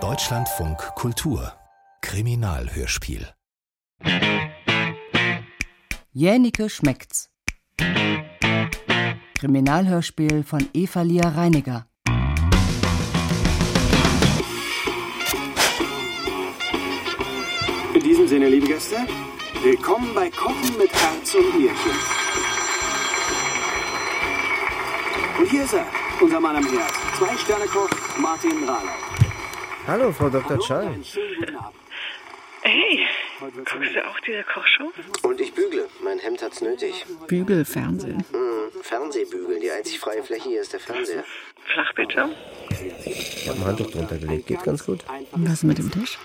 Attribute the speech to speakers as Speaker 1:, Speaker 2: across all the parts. Speaker 1: Deutschlandfunk Kultur Kriminalhörspiel
Speaker 2: Jänike schmeckt's. Kriminalhörspiel von Eva Lia Reiniger.
Speaker 3: In diesem Sinne, liebe Gäste, willkommen bei Kochen mit Herz und Nierchen. Und hier ist er, unser Mann am Herd, Zwei-Sterne-Koch Martin Rahler.
Speaker 4: Hallo, Frau Dr.
Speaker 3: Hallo,
Speaker 4: Chai.
Speaker 3: einen schönen guten Abend.
Speaker 5: Hey,
Speaker 3: Heute wird's
Speaker 5: guckst du auch diese Kochshow?
Speaker 6: Und ich bügle. Mein Hemd hat's nötig.
Speaker 7: Bügelfernsehen.
Speaker 6: Hm, Fernsehbügeln. Die einzig freie Fläche hier ist der Fernseher.
Speaker 5: Flachbildschirm?
Speaker 4: Ich hab ein Handtuch drunter gelegt. Geht ganz gut.
Speaker 3: einfach,
Speaker 7: Was ist mit dem Tisch?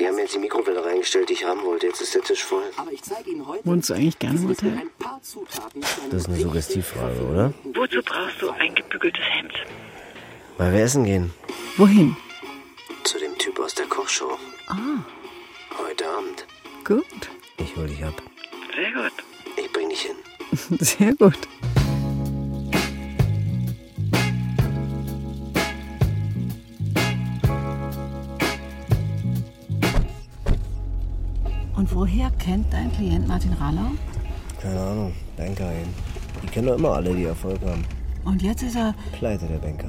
Speaker 6: Die haben jetzt die Mikrowelle reingestellt, die ich haben wollte. Jetzt ist der Tisch voll.
Speaker 3: aber ich zeige Ihnen heute
Speaker 7: Wohnst du eigentlich gerne im Hotel?
Speaker 3: ein paar Zutaten zu einem
Speaker 4: Das ist eine Suggestivfrage, oder?
Speaker 5: Wozu brauchst du ein gebügeltes Hemd?
Speaker 4: Mal wir essen gehen.
Speaker 7: Wohin?
Speaker 6: Zu dem Typ aus der Kochshow. Ah. Heute Abend.
Speaker 7: Gut.
Speaker 4: Ich hol dich ab.
Speaker 5: Sehr gut.
Speaker 6: Ich bring dich hin.
Speaker 7: Sehr gut.
Speaker 2: Und woher kennt dein Klient Martin Rahlau?
Speaker 4: Keine Ahnung. Banker eben. Die kennen doch immer alle, die Erfolg haben.
Speaker 2: Und jetzt ist er.
Speaker 4: Pleite der Banker.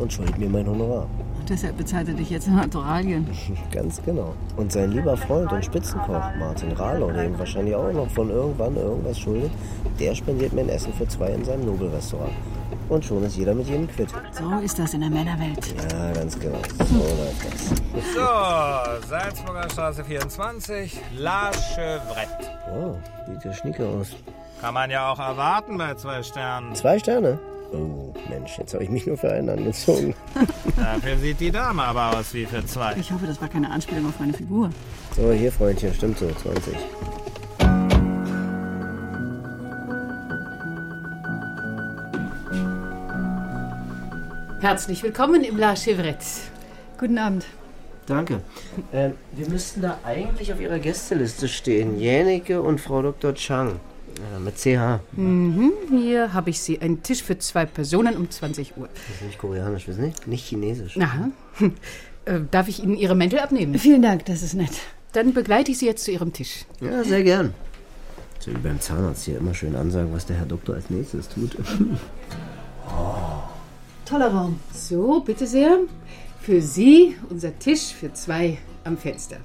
Speaker 4: Und schuldet mir mein Honorar.
Speaker 2: Und deshalb bezahlt er dich jetzt in Naturalien.
Speaker 4: Ganz genau. Und sein lieber Freund und Spitzenkoch Martin Rahler, der ihm wahrscheinlich auch noch von irgendwann irgendwas schuldet, der spendiert mir ein Essen für zwei in seinem Nobelrestaurant. Und schon ist jeder mit jedem quitt.
Speaker 2: So ist das in der Männerwelt.
Speaker 4: Ja, ganz genau. So läuft das.
Speaker 8: So, Salzburger Straße 24, La Chevrette.
Speaker 4: Wow, Oh, sieht ja schnieke aus.
Speaker 8: Kann man ja auch erwarten bei zwei Sternen.
Speaker 4: Zwei Sterne? Oh, Mensch, jetzt habe ich mich nur für einen angezogen.
Speaker 8: Dafür sieht die Dame aber aus wie für zwei.
Speaker 7: Ich hoffe, das war keine Anspielung auf meine Figur.
Speaker 4: So, hier, Freundchen, stimmt so, 20.
Speaker 9: Herzlich willkommen im La Chevrette.
Speaker 7: Guten Abend.
Speaker 4: Danke. Ähm, wir müssten da eigentlich auf Ihrer Gästeliste stehen. Jänike und Frau Dr. Chang. Äh, mit CH.
Speaker 9: Mhm. Hier habe ich Sie, einen Tisch für zwei Personen um 20 Uhr.
Speaker 4: Das ist nicht koreanisch, wissen Sie? Nicht chinesisch.
Speaker 9: Aha. Äh, Darf ich Ihnen Ihre Mäntel abnehmen?
Speaker 7: Vielen Dank, das ist nett.
Speaker 9: Dann begleite ich Sie jetzt zu Ihrem Tisch.
Speaker 4: Ja, sehr gern. So wie beim Zahnarzt hier immer schön ansagen, was der Herr Doktor als nächstes tut.
Speaker 7: Toller Raum.
Speaker 9: So, bitte sehr. Für Sie unser Tisch für zwei am Fenster.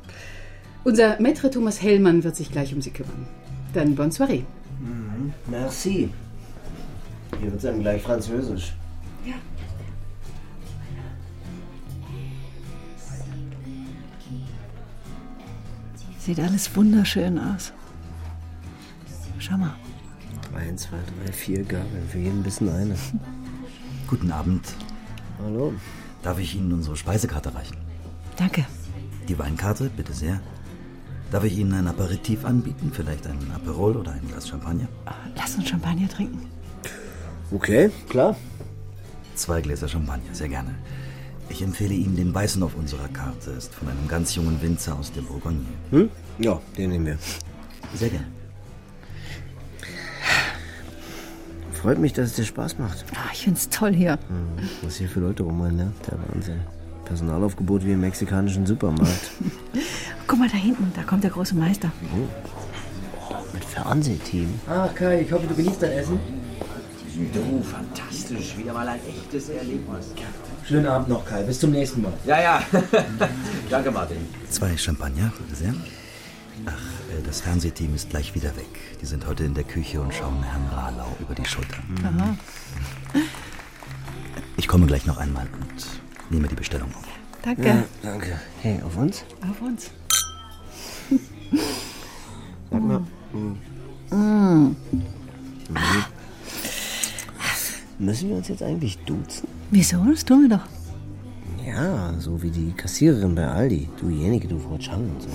Speaker 9: Unser Maître Thomas Hellmann wird sich gleich um Sie kümmern. Dann bonne soirée.
Speaker 4: Merci. Hier wird dann gleich Französisch.
Speaker 7: Sieht alles wunderschön aus. Schau mal.
Speaker 4: Eins, zwei, drei, vier Gabeln. Für jeden Bissen eine.
Speaker 10: Guten Abend.
Speaker 4: Hallo.
Speaker 10: Darf ich Ihnen unsere Speisekarte reichen?
Speaker 7: Danke.
Speaker 10: Die Weinkarte, bitte sehr. Darf ich Ihnen ein Aperitif anbieten? Vielleicht einen Aperol oder ein Glas Champagner?
Speaker 7: Lass uns Champagner trinken.
Speaker 4: Okay, klar.
Speaker 10: Zwei Gläser Champagner, sehr gerne. Ich empfehle Ihnen den weißen auf unserer Karte. Ist von einem ganz jungen Winzer aus der Bourgogne.
Speaker 4: Hm? Ja, den nehmen wir.
Speaker 10: Sehr gerne.
Speaker 4: Freut mich, dass es dir Spaß macht.
Speaker 7: Ah, ich find's toll hier.
Speaker 4: Was hier für Leute rumrennen, ne? Der Wahnsinn. Personalaufgebot wie im mexikanischen Supermarkt.
Speaker 7: Guck mal da hinten, da kommt der große Meister.
Speaker 4: Oh. Mit Fernsehteam. Ach Ah, Kai, ich hoffe, du genießt dein Essen.
Speaker 10: Du, fantastisch. Wieder mal ein echtes Erlebnis.
Speaker 4: Schönen Abend noch, Kai. Bis zum nächsten Mal.
Speaker 10: Ja, ja. Danke, Martin. Zwei Champagner, bitte sehr. Ach, äh, das Fernsehteam ist gleich wieder weg. Die sind heute in der Küche und schauen Herrn Rahlau über die Schulter.
Speaker 3: Mhm.
Speaker 10: Ich komme gleich noch einmal und nehme die Bestellung auf.
Speaker 7: Danke.
Speaker 4: danke. Hey, auf uns?
Speaker 7: Auf uns.
Speaker 4: Sag mal. Mhm.
Speaker 7: Mm.
Speaker 4: Müssen wir uns jetzt eigentlich duzen?
Speaker 7: Wieso? Das tun wir doch.
Speaker 4: Ja, so wie die Kassiererin bei Aldi. Dujenige, du Frau Chang und so.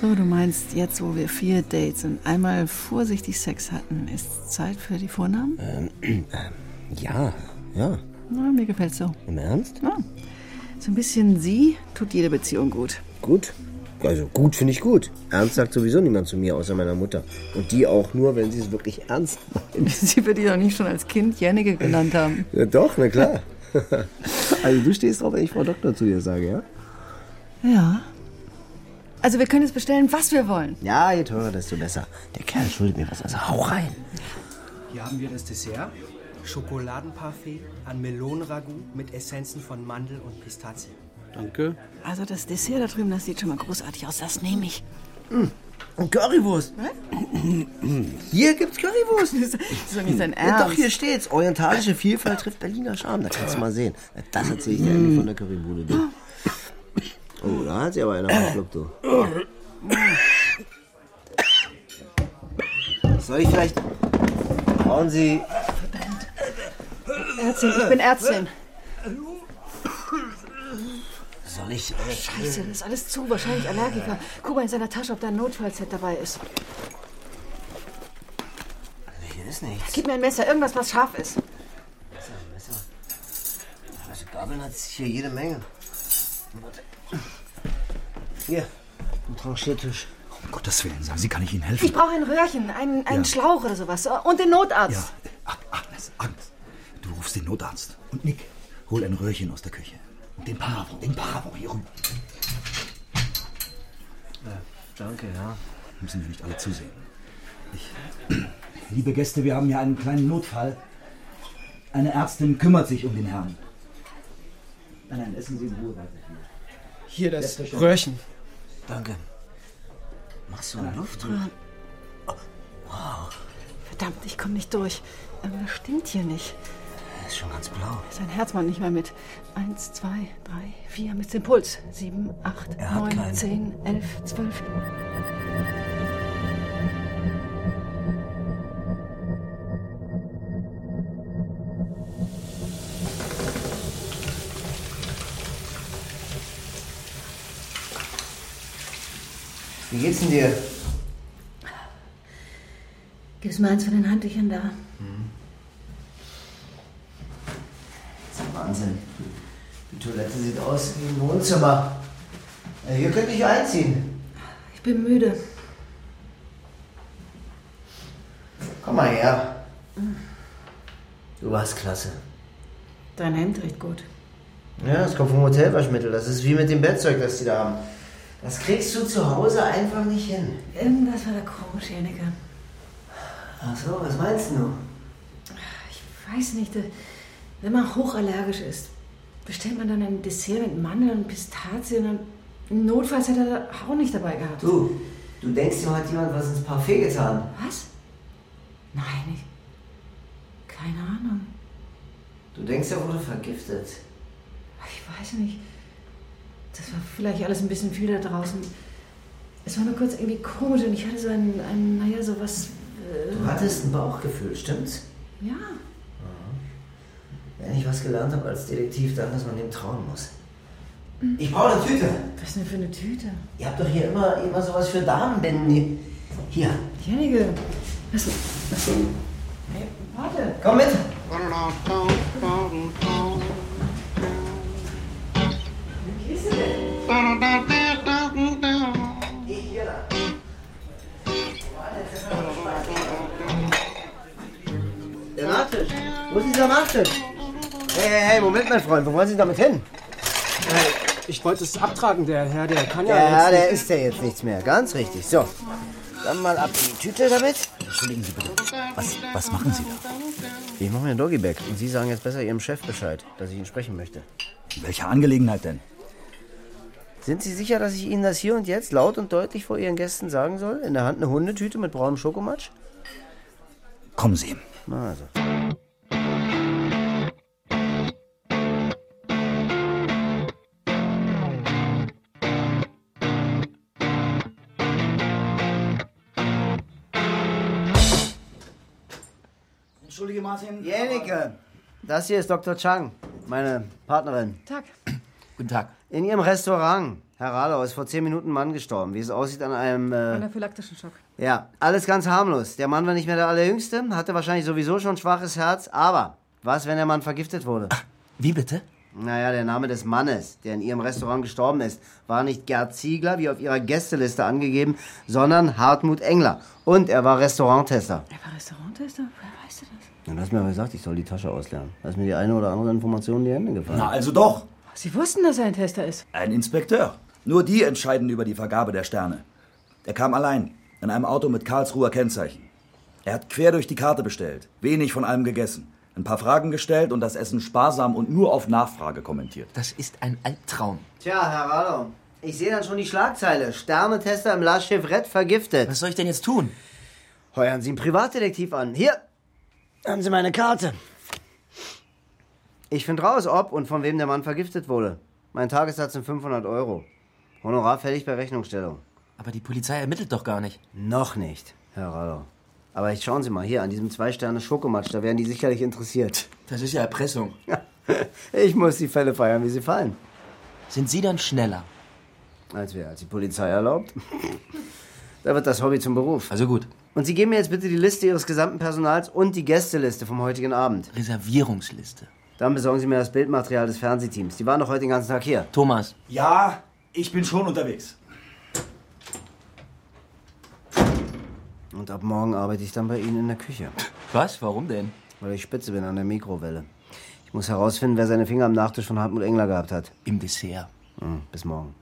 Speaker 7: So, du meinst, jetzt wo wir vier Dates und einmal vorsichtig Sex hatten, ist Zeit für die Vornamen?
Speaker 4: Ähm, Ja, ja.
Speaker 7: Na, mir gefällt's so.
Speaker 4: Im Ernst?
Speaker 7: Ja. Ah. So ein bisschen sie tut jede Beziehung gut.
Speaker 4: Gut. Also gut finde ich gut. Ernst sagt sowieso niemand zu mir, außer meiner Mutter. Und die auch nur, wenn sie es wirklich ernst meint.
Speaker 7: Sie wird die doch nicht schon als Kind Jennige genannt haben.
Speaker 4: Ja, doch, na klar. Also du stehst drauf, wenn ich Frau Doktor zu dir sage, ja?
Speaker 7: Ja. Also wir können jetzt bestellen, was wir wollen.
Speaker 4: Ja, je teurer, desto besser. Der Kerl schuldet mir was, also hau rein.
Speaker 3: Hier haben wir das Dessert. Schokoladenparfait an Melonenragout mit Essenzen von Mandel und Pistazie.
Speaker 11: Danke. Also das Dessert da drüben, das sieht schon mal großartig aus. Das nehme ich.
Speaker 4: Mm. Und Currywurst. Hm. Hier gibt's Currywurst. Das
Speaker 12: ist doch nicht dein
Speaker 4: Hm. Doch,
Speaker 12: Ernst.
Speaker 4: hier steht's. Orientalische Vielfalt trifft Berliner Charme. Da kannst du mal sehen. Das erzähle ich dir endlich von der Currybude.
Speaker 7: Hm.
Speaker 4: Du. Oh, da hat sie aber einer verflucht, du. Soll ich vielleicht... Brauchen Sie...
Speaker 7: Ärztin, ich bin Ärztin.
Speaker 4: Soll ich... äh,
Speaker 7: Scheiße, das ist alles zu. Wahrscheinlich Allergiker. Guck mal in seiner Tasche, ob da ein Notfallset dabei ist.
Speaker 4: Hier ist nichts.
Speaker 7: Gib mir ein Messer, irgendwas, was scharf ist.
Speaker 4: Also Gabeln hat sich hier jede Menge. Warte. Hier, ein Tranchiertisch.
Speaker 10: Um Gottes Willen, sagen Sie, kann ich Ihnen helfen?
Speaker 7: Ich brauche ein Röhrchen, einen,
Speaker 10: Ja.
Speaker 7: einen Schlauch oder sowas. Und den Notarzt.
Speaker 10: Du rufst den Notarzt. Und Nick, hol ein Röhrchen aus der Küche. Und den Paravon, den Paravon hier rum.
Speaker 4: danke, ja.
Speaker 10: Äh, Müssen wir nicht alle zusehen. Ich, liebe Gäste, wir haben hier einen kleinen Notfall. Eine Ärztin kümmert sich um den Herrn. Nein, nein, essen Sie in Ruhe weiter.
Speaker 3: Hier das
Speaker 10: Selbstverständlich.
Speaker 3: Röhrchen.
Speaker 4: Danke. Machst du
Speaker 10: eine
Speaker 7: Luftröhre?
Speaker 4: Oh, Wow,
Speaker 7: Ah. Verdammt, ich komme nicht durch. Irgendwas stimmt hier nicht.
Speaker 4: der ist schon ganz blau.
Speaker 7: Sein Herz macht nicht mal mit. Eins, zwei, drei, vier. Mit dem Puls. Sieben, acht,
Speaker 4: Er hat
Speaker 7: neun,
Speaker 4: keinen.
Speaker 7: zehn, elf, zwölf.
Speaker 4: Wie geht's denn dir?
Speaker 7: Gib's mir eins von den Handtüchern da.
Speaker 4: Das ist Wahnsinn. Die Toilette sieht aus wie ein Wohnzimmer. Äh, Hier könnte ich einziehen.
Speaker 7: Ich bin müde.
Speaker 4: Komm mal her. Du warst klasse.
Speaker 7: Dein Hemd riecht gut.
Speaker 4: Ja, das kommt vom Hotelwaschmittel. Das ist wie mit dem Bettzeug, das die da haben. Das kriegst du zu Hause einfach nicht hin.
Speaker 7: Irgendwas war da komisch, Janneke.
Speaker 4: Ach so, was meinst du?
Speaker 7: Weiß nicht, äh, wenn man hochallergisch ist, bestellt man dann ein Dessert mit Mandeln und Pistazien und im Notfalls hätte er da auch nicht dabei gehabt.
Speaker 4: Du, du denkst, dir hat jemand was ins Parfait getan.
Speaker 7: Was? Nein, ich. Keine Ahnung.
Speaker 4: Du denkst, er wurde vergiftet.
Speaker 7: Ich weiß nicht. Das war vielleicht alles ein bisschen viel da draußen. Es war nur kurz irgendwie komisch und ich hatte so ein, ein naja, sowas. Äh,
Speaker 4: Du hattest ein Bauchgefühl, stimmt's?
Speaker 7: Ja. Mhm.
Speaker 4: Wenn ich was gelernt habe als Detektiv, dann, dass man dem trauen muss.
Speaker 7: Mhm.
Speaker 4: Ich brauche eine Tüte.
Speaker 7: Was denn für eine Tüte?
Speaker 4: Ihr habt doch hier immer, immer sowas für Damenbinden. Hier. Hier.
Speaker 7: Jennige, was, was denn? Hey, warte.
Speaker 4: Komm mit. Der Nachtisch. Wo ist dieser Nachtisch? Hey, hey, hey, Moment, mein Freund, wo wollen Sie damit hin?
Speaker 3: Ich wollte es abtragen, der Herr, der kann ja.
Speaker 4: Ja,
Speaker 3: jetzt
Speaker 4: der
Speaker 3: nicht.
Speaker 4: ist ja jetzt nichts mehr. Ganz richtig. So. Dann mal ab in die Tüte damit. Entschuldigen Sie bitte. Was, was machen Sie da? Ich mache mir ein Doggybag. Und Sie sagen jetzt besser Ihrem Chef Bescheid, dass ich ihn sprechen möchte.
Speaker 10: In welcher Angelegenheit denn?
Speaker 4: Sind Sie sicher, dass ich Ihnen das hier und jetzt laut und deutlich vor Ihren Gästen sagen soll? In der Hand eine Hundetüte mit braunem Schokomatsch?
Speaker 10: Kommen Sie.
Speaker 4: Na also.
Speaker 13: Entschuldige, Martin.
Speaker 4: Jennecke, das hier ist Dr. Chang, meine Partnerin.
Speaker 7: Tag.
Speaker 4: Guten Tag. In Ihrem Restaurant, Herr Rahlau, ist vor zehn Minuten ein Mann gestorben. Wie es aussieht an einem... Äh,
Speaker 7: Anaphylaktischen Schock.
Speaker 4: Ja, alles ganz harmlos. Der Mann war nicht mehr der Allerjüngste, hatte wahrscheinlich sowieso schon schwaches Herz, aber was, wenn der Mann vergiftet wurde?
Speaker 10: Wie bitte?
Speaker 4: Naja, der Name des Mannes, der in ihrem Restaurant gestorben ist, war nicht Gerd Ziegler, wie auf ihrer Gästeliste angegeben, sondern Hartmut Engler. Und er war Restauranttester.
Speaker 7: Er war Restauranttester? Woher weißt du das?
Speaker 4: Dann hast du mir aber gesagt, ich soll die Tasche auslernen. Da ist mir die eine oder andere Information in die Hände gefallen.
Speaker 3: Na, also doch.
Speaker 14: Sie wussten, dass er ein Tester ist.
Speaker 3: Ein Inspekteur. Nur die entscheiden über die Vergabe der Sterne. Er kam allein, in einem Auto mit Karlsruher Kennzeichen. Er hat quer durch die Karte bestellt, wenig von allem gegessen, ein paar Fragen gestellt und das Essen sparsam und nur auf Nachfrage kommentiert.
Speaker 15: Das ist ein Albtraum.
Speaker 4: Tja, Herr Rado, ich sehe dann schon die Schlagzeile. Sternetester im La Chevrette vergiftet. Was
Speaker 15: soll ich denn jetzt tun?
Speaker 4: Heuern Sie einen Privatdetektiv an. Hier, haben Sie meine Karte. Ich finde raus, ob und von wem der Mann vergiftet wurde. Mein Tagessatz sind 500 Euro. Honorar fällig bei Rechnungsstellung.
Speaker 15: Aber die Polizei ermittelt doch gar nicht.
Speaker 4: Noch nicht, Herr Rado. Aber jetzt schauen Sie mal hier an diesem Zwei-Sterne-Schokomatsch, da wären die sicherlich interessiert.
Speaker 15: Das ist ja Erpressung.
Speaker 4: Ich muss die Fälle feiern, wie sie fallen.
Speaker 15: Sind Sie dann schneller?
Speaker 4: Als wir, als die Polizei erlaubt. Da wird das Hobby zum Beruf.
Speaker 15: Also gut.
Speaker 4: Und Sie geben mir jetzt bitte die Liste Ihres gesamten Personals und die Gästeliste vom heutigen Abend.
Speaker 15: Reservierungsliste.
Speaker 4: Dann besorgen Sie mir das Bildmaterial des Fernsehteams. Die waren doch heute den ganzen Tag hier.
Speaker 15: Thomas.
Speaker 3: Ja, ich bin schon unterwegs.
Speaker 4: Und ab morgen arbeite ich dann bei Ihnen in der Küche.
Speaker 15: Was? Warum denn?
Speaker 4: Weil ich spitze bin an der Mikrowelle. Ich muss herausfinden, wer seine Finger am Nachtisch von Hartmut Engler gehabt hat.
Speaker 15: Im Dessert.
Speaker 4: Hm, bis morgen.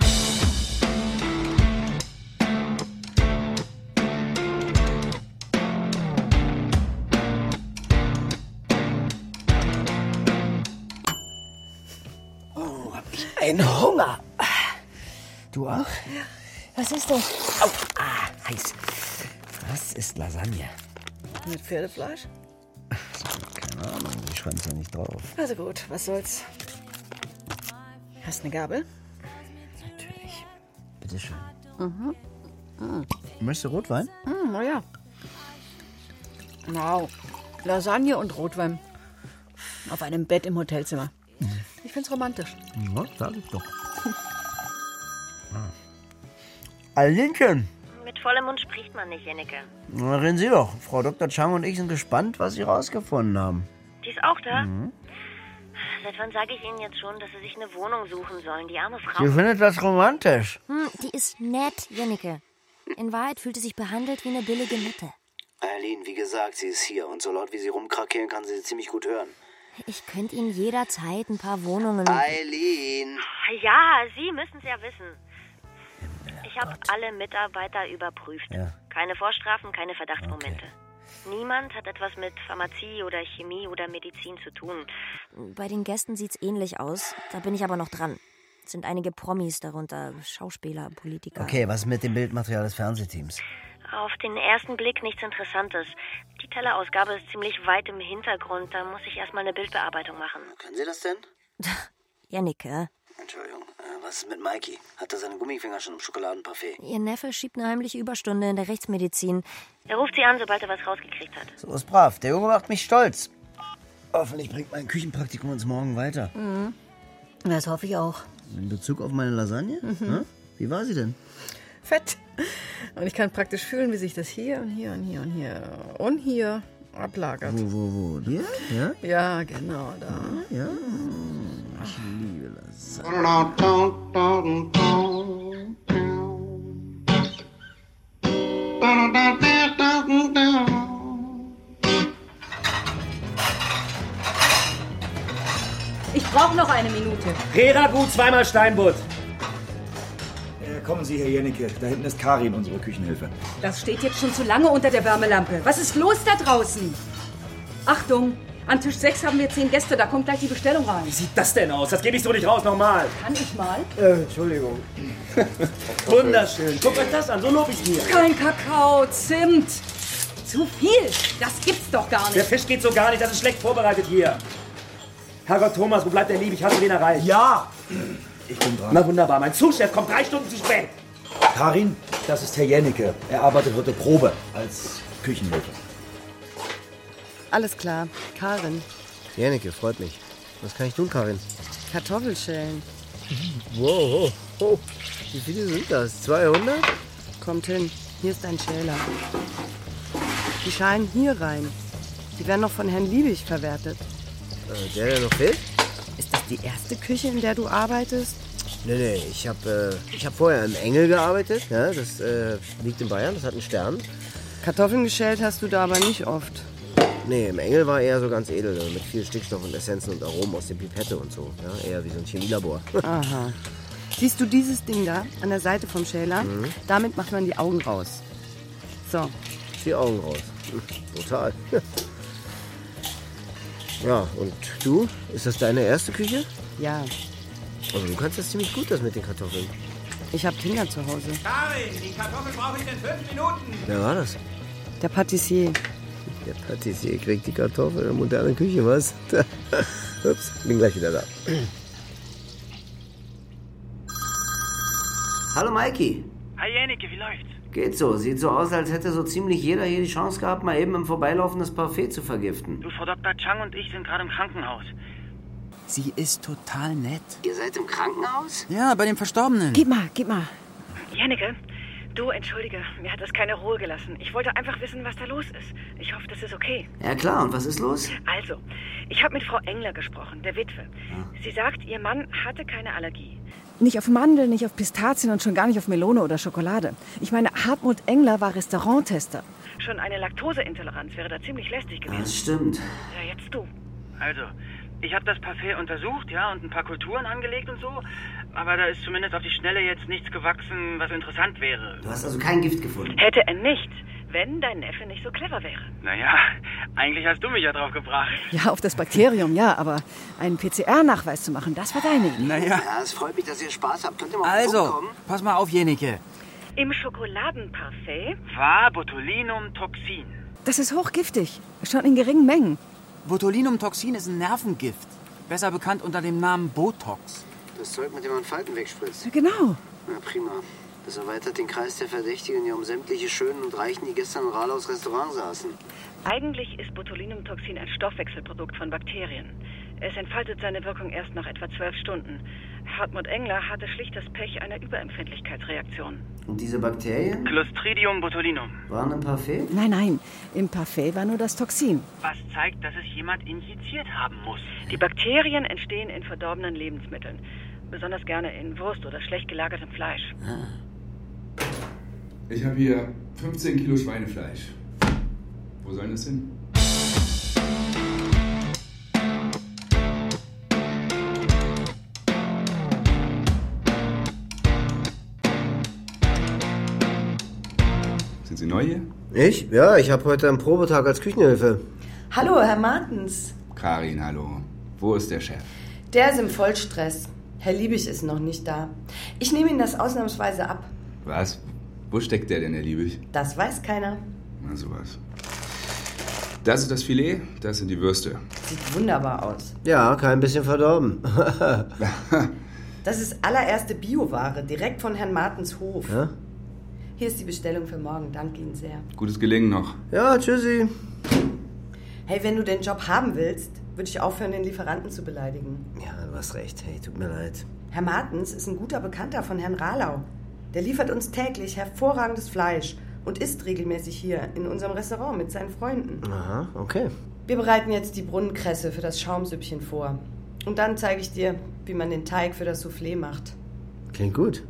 Speaker 7: Oh, hab ich einen Hunger.
Speaker 15: Du auch?
Speaker 7: Was ist das?
Speaker 15: Au. Ah, heiß. Das ist Lasagne.
Speaker 7: Mit Pferdefleisch?
Speaker 4: Keine Ahnung, ich schreibe es ja nicht drauf.
Speaker 7: Also gut, was soll's. Hast eine Gabel?
Speaker 15: Natürlich.
Speaker 4: Bitteschön.
Speaker 7: Mhm. Mhm.
Speaker 4: Hm. Möchtest du Rotwein?
Speaker 7: Mhm, naja. Wow. Lasagne und Rotwein. Auf einem Bett im Hotelzimmer. Ich find's romantisch.
Speaker 4: Ja, sag ich doch. Alinchen,
Speaker 16: Mit vollem Mund spricht man nicht, Jennecke.
Speaker 4: na, reden Sie doch. Frau Dr. Chang und ich sind gespannt, was Sie rausgefunden haben.
Speaker 16: Die ist auch da.
Speaker 4: Mhm.
Speaker 16: Seit wann sage ich Ihnen jetzt schon, dass Sie sich eine Wohnung suchen sollen, die arme Frau?
Speaker 4: Sie findet das romantisch.
Speaker 17: Hm, die ist nett, Jennecke. In Wahrheit fühlt sie sich behandelt wie eine billige Nutte.
Speaker 18: Eileen, wie gesagt, sie ist hier und so laut wie sie rumkrakehlen, kann sie sie ziemlich gut hören.
Speaker 17: Ich könnte ihnen jederzeit ein paar Wohnungen.
Speaker 18: Eileen!
Speaker 16: Ja, Sie müssen es ja wissen. Ich habe alle Mitarbeiter überprüft.
Speaker 17: Ja.
Speaker 16: Keine Vorstrafen, keine Verdachtsmomente. Niemand hat etwas mit Pharmazie oder Chemie oder Medizin zu tun.
Speaker 17: Bei den Gästen sieht's ähnlich aus. Da bin ich aber noch dran. Es sind einige Promis darunter, Schauspieler, Politiker.
Speaker 4: Okay, was mit dem Bildmaterial des Fernsehteams?
Speaker 16: Auf den ersten Blick nichts Interessantes. Die Tellerausgabe ist ziemlich weit im Hintergrund. Da muss ich erstmal eine Bildbearbeitung machen.
Speaker 18: Können Sie das denn?
Speaker 17: Jennecke.
Speaker 18: Entschuldigung, äh, was ist mit Mikey? Hat er seine Gummifinger schon im Schokoladenparfait?
Speaker 17: Ihr Neffe schiebt eine heimliche Überstunde in der Rechtsmedizin.
Speaker 16: Er ruft Sie an, sobald er was rausgekriegt hat.
Speaker 4: So ist brav. Der Junge macht mich stolz. Hoffentlich bringt mein Küchenpraktikum uns morgen weiter.
Speaker 17: Mhm. Das hoffe ich auch.
Speaker 4: In Bezug auf meine Lasagne?
Speaker 7: Mhm.
Speaker 4: Ne? Wie war sie denn?
Speaker 7: Fett. Und ich kann praktisch fühlen, wie sich das hier und hier und hier und hier und hier ablagert.
Speaker 4: Wo, wo, wo? Hier? Ja?
Speaker 7: Ja, genau, da.
Speaker 4: Ja? Ich liebe Lasagne.
Speaker 19: Ich brauche noch eine Minute.
Speaker 3: Reragu, zweimal Steinbutt. Äh, kommen Sie, Herr Jennecke. Da hinten ist Karin, unsere Küchenhilfe.
Speaker 19: Das steht jetzt schon zu lange unter der Wärmelampe. Was ist los da draußen? Achtung, an Tisch 6 haben wir 10 Gäste. Da kommt gleich die Bestellung rein.
Speaker 10: Wie sieht das denn aus? Das gebe ich so nicht raus, nochmal.
Speaker 19: Kann ich mal?
Speaker 3: Äh,
Speaker 4: Entschuldigung.
Speaker 10: Wunderschön. Guckt euch das an, so lob ich mir.
Speaker 19: Kein Kakao, Zimt. Zu viel. Das gibt's doch gar
Speaker 10: Der
Speaker 19: nicht.
Speaker 10: Fisch geht so gar nicht, das ist schlecht vorbereitet hier. Herrgott Thomas, wo bleibt der Lieb? Ich hatte den erreicht. Ja!
Speaker 3: Ich bin dran.
Speaker 10: Na wunderbar, mein Zuschef kommt drei Stunden zu spät.
Speaker 3: Karin, das ist Herr Jennecke. Er arbeitet heute Probe als Küchenhilfe.
Speaker 20: Alles klar. Karin,
Speaker 4: Jennecke, freut mich. Was kann ich tun, Karin?
Speaker 20: Kartoffelschälen.
Speaker 4: Wow, oh, oh. wie viele sind das? 200?
Speaker 20: Kommt hin. Hier ist ein Schäler. Die Schalen hier rein. Die werden noch von Herrn Liebig verwertet.
Speaker 4: Äh, der, der noch fehlt?
Speaker 20: Ist das die erste Küche, in der du arbeitest?
Speaker 4: Nee, nee, ich habe äh, ich hab vorher im Engel gearbeitet. Ja, das äh, liegt in Bayern, das hat einen Stern.
Speaker 20: Kartoffeln geschält hast du da aber nicht oft.
Speaker 4: Nee, im Engel war eher so ganz edel, äh, mit viel Stickstoff und Essenzen und Aromen aus der Pipette und so. Ja, eher wie so ein Chemielabor.
Speaker 20: Aha. Siehst du dieses Ding da an der Seite vom Schäler?
Speaker 4: Mhm.
Speaker 20: Damit macht man die Augen raus. So,
Speaker 4: Die Augen raus. Hm, Brutal. Ja, und du? Ist das deine erste Küche?
Speaker 20: ja,
Speaker 4: Also du kannst das ziemlich gut, das mit den Kartoffeln.
Speaker 20: ich habe Kinder zu Hause.
Speaker 3: Karin, die Kartoffel brauche ich in fünf Minuten.
Speaker 4: Wer war das?
Speaker 20: Der Patissier.
Speaker 4: Der Patissier kriegt die Kartoffeln in der modernen Küche, was? Ups, bin gleich wieder da. Hallo Maiki.
Speaker 21: Hi Jannike, wie läuft's?
Speaker 4: Geht so. Sieht so aus, als hätte so ziemlich jeder hier die Chance gehabt, mal eben im Vorbeilaufen das Parfait zu vergiften.
Speaker 21: Du, Frau Dr. Chang und ich sind gerade im Krankenhaus.
Speaker 22: Sie ist total nett.
Speaker 4: Ihr seid im Krankenhaus?
Speaker 22: Ja, bei dem Verstorbenen.
Speaker 20: Gib mal, gib mal.
Speaker 7: Jennecke, du entschuldige, mir hat das keine Ruhe gelassen. Ich wollte einfach wissen, was da los ist. Ich hoffe, das ist okay.
Speaker 4: Ja klar, und was ist los?
Speaker 7: Also, ich habe mit Frau Engler gesprochen, der Witwe. Sie sagt, ihr Mann hatte keine Allergie.
Speaker 23: Nicht auf Mandeln, nicht auf Pistazien und schon gar nicht auf Melone oder Schokolade. Ich meine, Hartmut Engler war Restauranttester.
Speaker 7: Schon eine Laktoseintoleranz wäre da ziemlich lästig gewesen.
Speaker 4: Das stimmt.
Speaker 7: Ja, jetzt du. Also, ich habe das Parfait untersucht, ja, und ein paar Kulturen angelegt und so. Aber da ist zumindest auf die Schnelle jetzt nichts gewachsen, was interessant wäre.
Speaker 4: Du hast also kein Gift gefunden.
Speaker 7: Hätte er nicht, wenn dein Neffe nicht so clever wäre.
Speaker 3: Naja, eigentlich hast du mich ja drauf gebracht.
Speaker 23: Ja, auf das Bakterium, ja, aber einen PCR-Nachweis zu machen, das war deine Idee.
Speaker 24: Ja, es freut mich, dass ihr Spaß habt. Könnt ihr mal
Speaker 22: Also, pass mal auf, Jenike.
Speaker 7: Im Schokoladenparfait
Speaker 3: war Botulinumtoxin.
Speaker 23: Das ist hochgiftig, schon in geringen Mengen.
Speaker 22: Botulinumtoxin ist ein Nervengift, besser bekannt unter dem Namen Botox.
Speaker 24: Das Zeug, mit dem man Falten wegspritzt.
Speaker 23: Genau.
Speaker 24: Na prima. Das erweitert den Kreis der Verdächtigen ja um sämtliche Schönen und Reichen, die gestern in Rahlos Restaurant saßen.
Speaker 7: Eigentlich ist Botulinumtoxin ein Stoffwechselprodukt von Bakterien. Es entfaltet seine Wirkung erst nach etwa zwölf Stunden. Hartmut Engler hatte schlicht das Pech einer Überempfindlichkeitsreaktion.
Speaker 4: Und diese Bakterien
Speaker 21: Clostridium botulinum.
Speaker 4: waren im Parfait?
Speaker 23: Nein, nein, im Parfait war nur das Toxin.
Speaker 21: Was zeigt, dass es jemand injiziert haben muss.
Speaker 7: Die Bakterien entstehen in verdorbenen Lebensmitteln, besonders gerne in Wurst oder schlecht gelagertem Fleisch.
Speaker 25: Ich habe hier 15 Kilo Schweinefleisch. Wo sollen das hin? Sind Sie neu hier?
Speaker 4: Ich? Ja, ich habe heute einen Probetag als Küchenhilfe.
Speaker 26: Hallo, Herr Martens.
Speaker 25: Karin, hallo. Wo ist der Chef?
Speaker 26: Der ist im Vollstress. Herr Liebig ist noch nicht da. Ich nehme Ihnen das ausnahmsweise ab.
Speaker 25: Was? Wo steckt der denn, der Liebig?
Speaker 26: Das weiß keiner.
Speaker 25: Na sowas. Das ist das Filet, das sind die Würste.
Speaker 26: Sieht wunderbar aus.
Speaker 4: Ja, kein bisschen verdorben.
Speaker 26: Das ist allererste Bioware, direkt von Herrn Martens Hof.
Speaker 4: ja?
Speaker 26: Hier ist die Bestellung für morgen. Danke Ihnen sehr.
Speaker 25: Gutes Gelingen noch.
Speaker 4: ja, tschüssi.
Speaker 26: Hey, wenn du den Job haben willst, würde ich aufhören, den Lieferanten zu beleidigen.
Speaker 4: Ja, du hast recht. Hey, tut mir leid.
Speaker 26: Herr Martens ist ein guter Bekannter von Herrn Rahlau. Der liefert uns täglich hervorragendes Fleisch und isst regelmäßig hier in unserem Restaurant mit seinen Freunden.
Speaker 4: Aha, okay.
Speaker 26: Wir bereiten jetzt die Brunnenkresse für das Schaumsüppchen vor. Und dann zeige ich dir, wie man den Teig für das Soufflé macht.
Speaker 4: Klingt gut.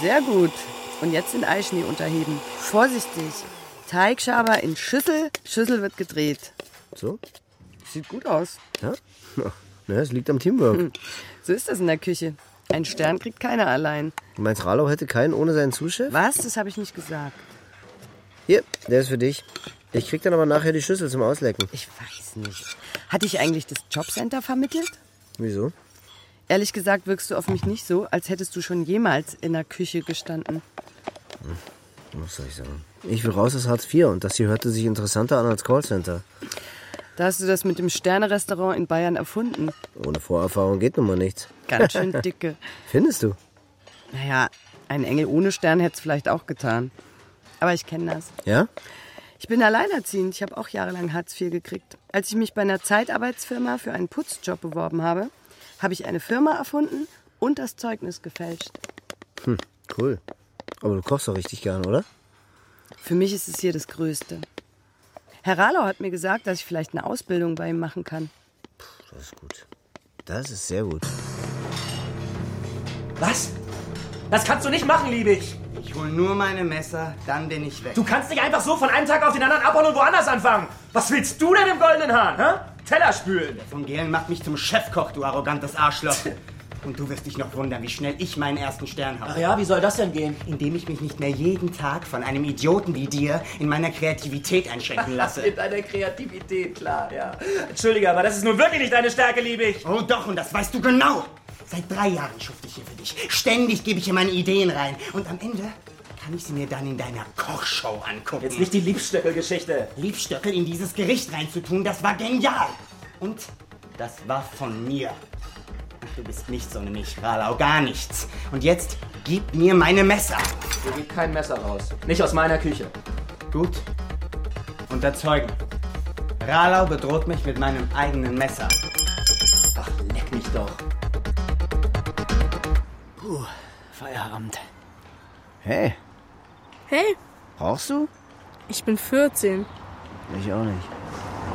Speaker 20: Sehr gut. Und jetzt den Eischnee unterheben. Vorsichtig. Teigschaber in Schüssel. Schüssel wird gedreht.
Speaker 4: So?
Speaker 20: Sieht gut aus.
Speaker 4: Ja? Ne, es liegt am Teamwork.
Speaker 20: Hm. So ist das in der Küche. Ein Stern kriegt keiner allein.
Speaker 4: Du meinst, Ralau hätte keinen ohne seinen Zuschef?
Speaker 20: Was? Das habe ich nicht gesagt.
Speaker 4: Hier, der ist für dich. Ich krieg dann aber nachher die Schüssel zum Auslecken.
Speaker 20: Ich weiß nicht. Hatte ich eigentlich das Jobcenter vermittelt?
Speaker 4: Wieso?
Speaker 20: Ehrlich gesagt wirkst du auf mich nicht so, als hättest du schon jemals in der Küche gestanden.
Speaker 4: Hm, Was soll ich sagen? Ich will raus aus Hartz IV und das hier hörte sich interessanter an als Callcenter.
Speaker 20: Da hast du das mit dem Sterne-Restaurant in Bayern erfunden.
Speaker 4: Ohne Vorerfahrung geht nun mal nichts.
Speaker 20: Ganz schön dicke.
Speaker 4: Findest du?
Speaker 20: Naja, ein Engel ohne Stern hätte es vielleicht auch getan. Aber ich kenne das.
Speaker 4: Ja?
Speaker 20: Ich bin alleinerziehend. Ich habe auch jahrelang Hartz IV gekriegt. Als ich mich bei einer Zeitarbeitsfirma für einen Putzjob beworben habe, habe ich eine Firma erfunden und das Zeugnis gefälscht.
Speaker 4: Hm, cool. Aber du kochst doch richtig gern, oder?
Speaker 20: Für mich ist es hier das Größte. Herr Rahlau hat mir gesagt, dass ich vielleicht eine Ausbildung bei ihm machen kann.
Speaker 4: Das ist gut. Das ist sehr gut.
Speaker 27: Was? Das kannst du nicht machen, Liebig.
Speaker 21: Ich hol nur meine Messer, dann bin ich weg.
Speaker 27: Du kannst nicht einfach so von einem Tag auf den anderen abhauen und woanders anfangen. Was willst du denn im goldenen Hahn, hä? Teller spülen.
Speaker 21: Der von Gehlen macht mich zum Chefkoch, du arrogantes Arschloch. Und du wirst dich noch wundern, wie schnell ich meinen ersten Stern habe.
Speaker 27: Ach ja, wie soll das denn gehen?
Speaker 21: Indem ich mich nicht mehr jeden Tag von einem Idioten wie dir in meiner Kreativität einschenken lasse.
Speaker 27: In deiner Kreativität, klar, ja. Entschuldige, aber das ist nun wirklich nicht deine Stärke, Liebig.
Speaker 21: Oh doch, und das weißt du genau. Seit drei Jahren schufte ich hier für dich. Ständig gebe ich hier meine Ideen rein. Und am Ende kann ich sie mir dann in deiner Kochshow angucken.
Speaker 27: Jetzt nicht die Liebstöckel-Geschichte.
Speaker 21: Liebstöckel in dieses Gericht reinzutun, das war genial. Und das war von mir. Du bist nichts ohne mich, Ralau, gar nichts. Und jetzt gib mir meine Messer.
Speaker 27: Hier geht kein Messer raus. Nicht aus meiner Küche.
Speaker 21: Gut. Unterzeugen. Ralau bedroht mich mit meinem eigenen Messer.
Speaker 27: Ach, leck mich doch.
Speaker 2: Puh, Feierabend.
Speaker 4: Hey,
Speaker 17: Hey,
Speaker 4: rauchst du?
Speaker 17: ich bin 14.
Speaker 4: Ich auch nicht.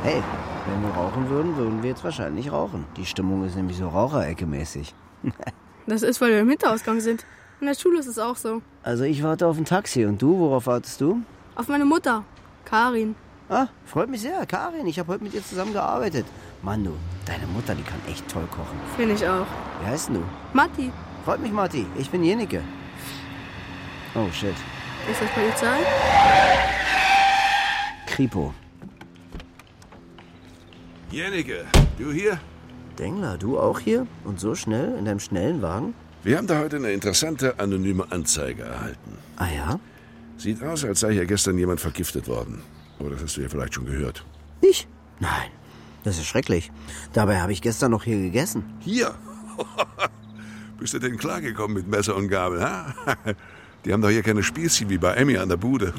Speaker 4: Hey, wenn wir rauchen würden, würden wir jetzt wahrscheinlich rauchen. Die Stimmung ist nämlich so Raucherecke-mäßig.
Speaker 17: Das ist, weil wir im Hinterausgang sind. In der Schule ist es auch so.
Speaker 4: Also ich warte auf ein Taxi und du, worauf wartest du?
Speaker 17: Auf meine Mutter, Karin.
Speaker 4: Ah, freut mich sehr, Karin. Ich habe heute mit dir zusammen gearbeitet. Mann, du, deine Mutter, die kann echt toll kochen.
Speaker 17: Finde ich auch.
Speaker 4: Wie heißt denn du?
Speaker 17: Matti,
Speaker 4: Freut mich, Marti. Ich bin Jenike. Oh, shit.
Speaker 17: ist das Polizei?
Speaker 4: Kripo.
Speaker 28: Jennecke, du hier?
Speaker 4: Dengler, du auch hier? Und so schnell? In deinem schnellen Wagen?
Speaker 28: Wir haben da heute eine interessante anonyme Anzeige erhalten.
Speaker 4: Ah ja?
Speaker 28: Sieht aus, als sei hier gestern jemand vergiftet worden. Oder das hast du ja vielleicht schon gehört.
Speaker 4: Ich? Nein. Das ist schrecklich. Dabei habe ich gestern noch hier gegessen.
Speaker 28: Hier? Bist du denn klargekommen mit Messer und Gabel, ha? Die haben doch hier keine Spielchen wie bei Emmy an der Bude.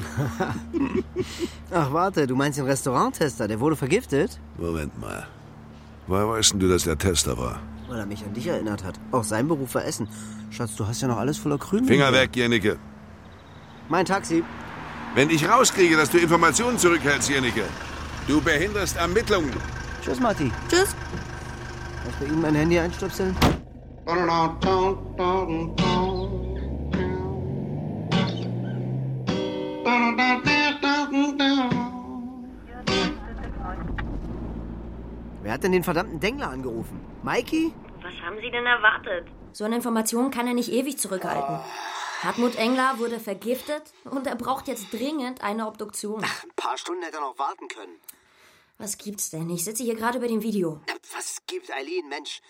Speaker 4: Ach, warte, du meinst den Restauranttester, der wurde vergiftet?
Speaker 28: Moment mal. Woher weißt denn du, dass der Tester war?
Speaker 4: Weil er mich an dich erinnert hat. Auch sein Beruf war Essen. Schatz, du hast ja noch alles voller Krümel.
Speaker 28: Finger weg, Jennecke.
Speaker 4: Mein Taxi.
Speaker 28: Wenn ich rauskriege, dass du Informationen zurückhältst, Jennecke, du behinderst Ermittlungen.
Speaker 4: Tschüss, Matti.
Speaker 17: Tschüss.
Speaker 4: Kannst du ihm mein Handy einstöpseln? Wer hat denn den verdammten Dengler angerufen? Mikey?
Speaker 9: Was haben Sie denn erwartet?
Speaker 16: So eine Information kann er nicht ewig zurückhalten. Hartmut Engler wurde vergiftet und er braucht jetzt dringend eine Obduktion.
Speaker 6: Ein paar Stunden hätte er noch warten können.
Speaker 16: Was gibt's denn? Ich sitze hier gerade über dem Video.
Speaker 6: Was gibt Eileen, Mensch?